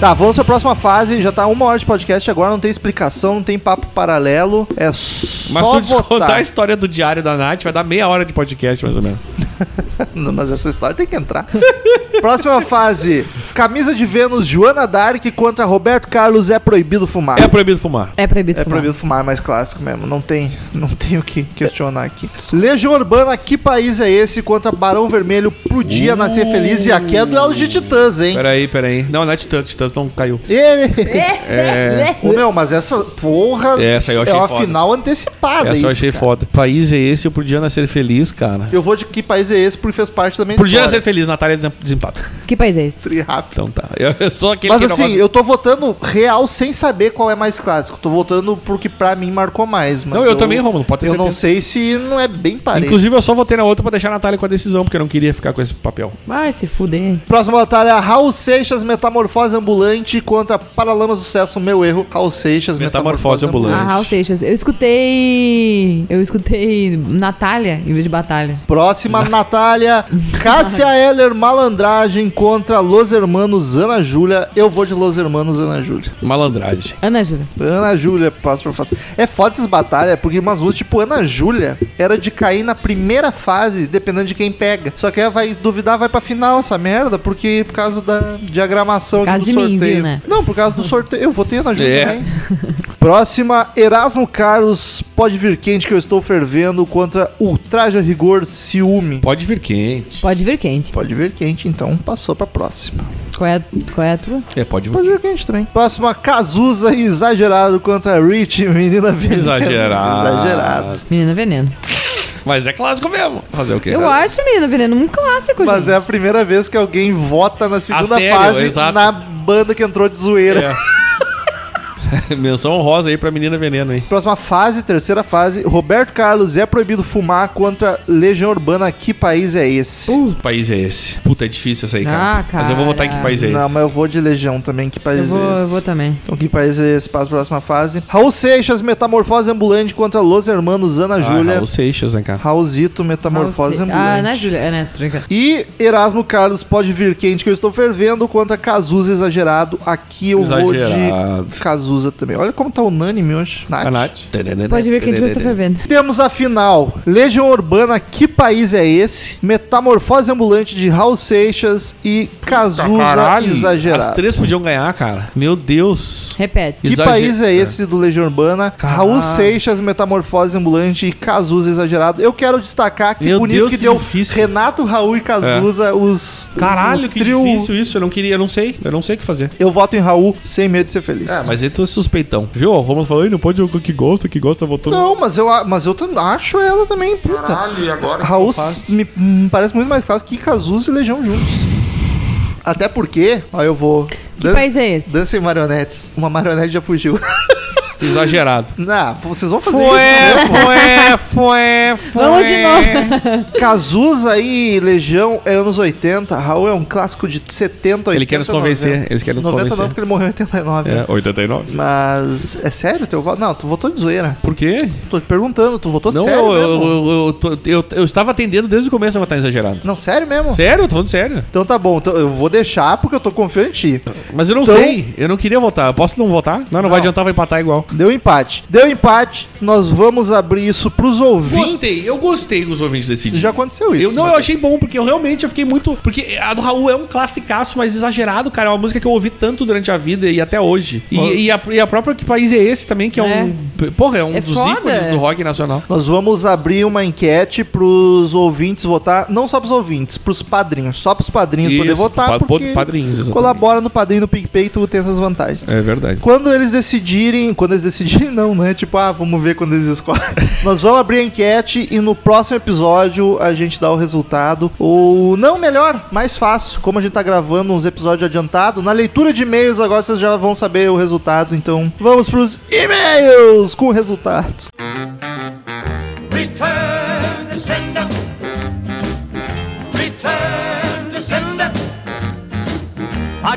[SPEAKER 2] Tá, vamos pra próxima fase. Já tá uma hora de podcast agora, não tem explicação, não tem papo paralelo. É
[SPEAKER 5] Mas
[SPEAKER 2] só
[SPEAKER 5] tu descontar a
[SPEAKER 2] votar.
[SPEAKER 5] história do diário da Nath, vai dar meia hora de podcast, mais ou menos.
[SPEAKER 2] Não, [laughs] Mas essa história tem que entrar. [laughs] Próxima fase. Camisa de Vênus, Joana Dark contra Roberto Carlos é proibido fumar.
[SPEAKER 5] É proibido fumar.
[SPEAKER 4] É proibido
[SPEAKER 2] É
[SPEAKER 4] fumar. [laughs]
[SPEAKER 2] proibido fumar, é mais clássico mesmo. Não tem, não tem o que questionar aqui. Legião Urbana, que país é esse contra Barão Vermelho pro
[SPEAKER 5] Uh.
[SPEAKER 2] dia nascer feliz? E aqui é duelo de titãs, hein?
[SPEAKER 5] Peraí, peraí. Não, não é Titãs, Titãs não caiu.
[SPEAKER 2] E... Ô, meu, mas essa porra
[SPEAKER 5] Essa eu achei
[SPEAKER 2] é uma
[SPEAKER 5] foda.
[SPEAKER 2] final antecipada.
[SPEAKER 5] Essa
[SPEAKER 2] isso,
[SPEAKER 5] eu achei
[SPEAKER 2] cara.
[SPEAKER 5] foda. País é esse, eu podia nascer feliz, cara.
[SPEAKER 2] Eu vou de que país é esse porque fez parte da minha
[SPEAKER 5] Podia nascer
[SPEAKER 2] história.
[SPEAKER 5] feliz, Natália é desem- desempata.
[SPEAKER 4] Que país é esse?
[SPEAKER 2] Tri rápido.
[SPEAKER 5] Então tá. Eu, eu sou aquele
[SPEAKER 2] Mas
[SPEAKER 5] que não
[SPEAKER 2] assim,
[SPEAKER 5] gosta-
[SPEAKER 2] eu tô votando real sem saber qual é mais clássico. Tô votando porque pra mim marcou mais. mas
[SPEAKER 5] Não, eu também, Rômulo, pode ter
[SPEAKER 2] Eu não
[SPEAKER 5] certeza.
[SPEAKER 2] sei se não é bem parecido.
[SPEAKER 5] Inclusive, eu só votei na outra pra deixar a Natália com a decisão, porque eu não queria ficar com esse papel.
[SPEAKER 4] Vai se fuder.
[SPEAKER 2] Próxima batalha, Raul Seixas, Metamorfose Ambulante contra Paralamas do Sucesso, meu erro, Raul Seixas,
[SPEAKER 5] Metamorfose Ambulante.
[SPEAKER 4] Ah, Raul Seixas. Eu escutei. Eu escutei Natália em vez de Batalha.
[SPEAKER 5] [laughs]
[SPEAKER 2] Próxima, Natália, Cássia Heller, Malandragem contra Los Hermanos, Ana Júlia. Eu vou de Los Hermanos, Ana Júlia.
[SPEAKER 5] Malandragem.
[SPEAKER 4] Ana Júlia.
[SPEAKER 2] Ana Júlia, passo pra fase. É foda essas batalhas, porque umas músicas, tipo, Ana Júlia era de cair na primeira fase, dependendo de quem pega. Só que ela vai duvidar, vai pra final essa merda, porque por causa da diagramação
[SPEAKER 4] Por
[SPEAKER 2] aqui
[SPEAKER 4] causa
[SPEAKER 2] do
[SPEAKER 4] de mim,
[SPEAKER 2] sorteio.
[SPEAKER 4] viu, né?
[SPEAKER 2] Não, por causa do sorteio. Eu votei Ana Júlia
[SPEAKER 5] É.
[SPEAKER 2] também. [laughs] Próxima, Erasmo Carlos, pode vir quente que eu estou fervendo contra Ultraje a Rigor Ciúme.
[SPEAKER 5] Pode vir quente.
[SPEAKER 4] Pode vir quente.
[SPEAKER 2] Pode vir quente, então passou pra próxima.
[SPEAKER 4] Qual é, qual é a tua?
[SPEAKER 5] É, pode vir.
[SPEAKER 2] Pode vir quente também. Próxima, Cazuza e Exagerado contra Rich, Menina Veneno.
[SPEAKER 5] Exagerado.
[SPEAKER 2] Exagerado.
[SPEAKER 4] Menina Veneno.
[SPEAKER 5] Mas é clássico mesmo. Fazer o quê?
[SPEAKER 4] Eu acho Menina Veneno um clássico,
[SPEAKER 2] Mas é
[SPEAKER 4] gente.
[SPEAKER 2] a primeira vez que alguém vota na segunda
[SPEAKER 5] sério,
[SPEAKER 2] fase
[SPEAKER 5] exato.
[SPEAKER 2] na banda que entrou de zoeira.
[SPEAKER 5] É. [laughs] Menção honrosa aí pra menina veneno aí.
[SPEAKER 2] Próxima fase, terceira fase, Roberto Carlos é proibido fumar contra Legião Urbana. Que país é esse?
[SPEAKER 5] Que país é esse? Puta, é difícil essa aí, cara.
[SPEAKER 4] Ah,
[SPEAKER 5] Mas eu vou votar em que
[SPEAKER 4] cara.
[SPEAKER 5] país é esse.
[SPEAKER 2] Não, mas eu vou de Legião também. Que país
[SPEAKER 4] Eu vou,
[SPEAKER 2] é esse?
[SPEAKER 4] eu vou também.
[SPEAKER 2] Então, que país é esse? Passa pra próxima fase. Raul Seixas, Metamorfose Ambulante contra Los Hermanos, Ana
[SPEAKER 5] Ah,
[SPEAKER 2] Júlia.
[SPEAKER 5] Raul Seixas, né, cara?
[SPEAKER 2] Raulzito, Metamorfose
[SPEAKER 4] Ah, você-
[SPEAKER 2] Ambulante.
[SPEAKER 4] Ah, Ana Júlia. É, né? Tranca.
[SPEAKER 2] E Erasmo Carlos pode vir quente que eu estou fervendo contra Cazuza exagerado. Aqui eu vou
[SPEAKER 5] Exagerado.
[SPEAKER 2] de Cazuza também. Olha como tá unânime hoje. Nath.
[SPEAKER 5] A Nath.
[SPEAKER 4] Pode vir quente que eu estou fervendo.
[SPEAKER 2] Temos a final. Legião Urbana, que país é esse? Metamorfose Ambulante de Raul Seixas e Cazuza
[SPEAKER 5] As
[SPEAKER 2] exagerado.
[SPEAKER 5] três podiam ganhar, cara. Meu Deus.
[SPEAKER 4] Repete.
[SPEAKER 2] Que
[SPEAKER 5] Exager-
[SPEAKER 2] país é esse do Legião Urbana? Raul Seixas, Metamorfose Ambulante e Cazuza exagerado. Eu quero destacar que
[SPEAKER 5] Meu
[SPEAKER 2] bonito
[SPEAKER 5] Deus,
[SPEAKER 2] que,
[SPEAKER 5] que
[SPEAKER 2] deu
[SPEAKER 5] difícil.
[SPEAKER 2] Renato, Raul e Cazuza,
[SPEAKER 5] É.
[SPEAKER 2] os.
[SPEAKER 5] Caralho,
[SPEAKER 2] o
[SPEAKER 5] que difícil isso. Eu não queria, eu não sei. Eu não sei o que fazer.
[SPEAKER 2] Eu voto em Raul sem medo de ser feliz.
[SPEAKER 5] Ah, mas ele tô suspeitão. Viu? O Romulo falou, "Ih, não pode jogar o que gosta, que gosta, votou.
[SPEAKER 2] Não, mas eu, a- mas eu tam- acho ela também, puta. Raul me, me parece muito mais clássico que Cazuza e Legião juntos. Até porque, ó, eu vou.
[SPEAKER 4] Que país é esse?
[SPEAKER 2] Dança em marionetes. Uma marionete já fugiu. [laughs]
[SPEAKER 5] Exagerado.
[SPEAKER 2] Não, pô, vocês vão fazer isso. Né?
[SPEAKER 5] foi, foi,
[SPEAKER 4] Vamos de novo.
[SPEAKER 2] Cazuza e Legião é anos 80. Raul é um clássico de 70, 80.
[SPEAKER 5] Ele quer nos convencer, eles querem
[SPEAKER 2] 90
[SPEAKER 5] nos
[SPEAKER 2] não,
[SPEAKER 5] convencer.
[SPEAKER 2] porque ele morreu em 89. né?
[SPEAKER 5] É, 89.
[SPEAKER 2] Mas é sério teu voto? Não, tu votou de zoeira.
[SPEAKER 5] Por quê?
[SPEAKER 2] Tô te perguntando, tu votou
[SPEAKER 5] Não,
[SPEAKER 2] sério
[SPEAKER 5] eu, eu,
[SPEAKER 2] mesmo?
[SPEAKER 5] eu, eu tô- eu- eu estava atendendo desde o começo a votar exagerado.
[SPEAKER 2] Não, sério mesmo?
[SPEAKER 5] Sério, eu tô falando sério.
[SPEAKER 2] Então tá bom, então eu vou deixar porque eu tô confiante em ti.
[SPEAKER 5] Mas eu não
[SPEAKER 2] Então-
[SPEAKER 5] sei, eu não queria votar. Eu posso não votar? Não, não, vai adiantar, vai empatar igual.
[SPEAKER 2] Deu empate. Deu empate, nós vamos abrir isso pros ouvintes.
[SPEAKER 10] Gostei, eu gostei que os ouvintes decidiram.
[SPEAKER 2] Já aconteceu isso.
[SPEAKER 10] Eu, não, eu
[SPEAKER 2] Matheus.
[SPEAKER 10] achei bom, porque eu realmente eu fiquei muito. Porque a do Raul é um classicaço, mas exagerado, cara. É uma música que eu ouvi tanto durante a vida e até hoje. E, e a, e a própria Que País é Esse também, que é,
[SPEAKER 5] É.
[SPEAKER 10] um. Porra, é um
[SPEAKER 5] É
[SPEAKER 10] dos
[SPEAKER 5] foda.
[SPEAKER 10] ícones do rock nacional.
[SPEAKER 2] Nós vamos abrir uma enquete pros ouvintes votar, não só pros ouvintes, pros padrinhos, só pros padrinhos poder
[SPEAKER 10] Isso,
[SPEAKER 2] votar,
[SPEAKER 10] pa- po-
[SPEAKER 2] porque
[SPEAKER 10] padrinhos, exatamente.
[SPEAKER 2] colabora no padrinho e no PicPay, tu tem essas vantagens.
[SPEAKER 10] É verdade.
[SPEAKER 2] Quando eles decidirem, quando eles decidirem não, né? Tipo, ah, vamos ver quando eles escolhem. Nós vamos abrir a enquete e no próximo episódio a gente dá o resultado. Ou não, melhor, mais fácil. Como a gente tá gravando uns episódios adiantados, na leitura de e-mails agora vocês já vão saber o resultado. Então, vamos pros e-mails com o resultado.
[SPEAKER 7] Return to sender. Return to sender. I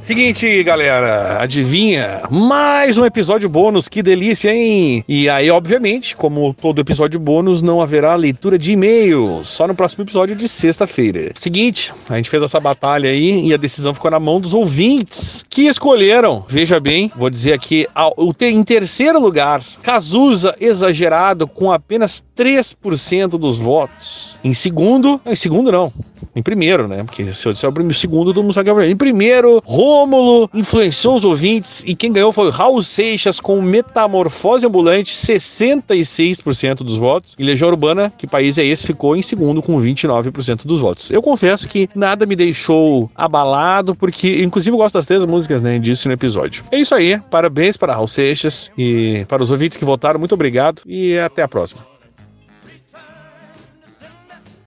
[SPEAKER 10] Seguinte, galera, adivinha? Mais um episódio bônus, que delícia, hein? E aí, obviamente, como todo episódio bônus, não haverá leitura de e-mail, só no próximo episódio de sexta-feira. Seguinte, a gente fez essa batalha aí e a decisão ficou na mão dos ouvintes que escolheram. Veja bem, vou dizer aqui, ao- o te- em terceiro lugar, Cazuza exagerado com apenas 3% dos votos. Em segundo, em segundo não, em primeiro, né? Porque se eu disser o primeiro, o segundo, todo mundo sabe que é o primeiro. Em primeiro, Rômulo influenciou os ouvintes e quem ganhou foi Raul Seixas com Metamorfose Ambulante, 66% dos votos. E Legião Urbana, que país é esse, ficou em segundo com 29% dos votos. Eu confesso que nada me deixou abalado, porque inclusive eu gosto das três músicas, né? Disse no episódio. É isso aí. Parabéns para Raul Seixas e para os ouvintes que votaram. Muito obrigado e até a próxima.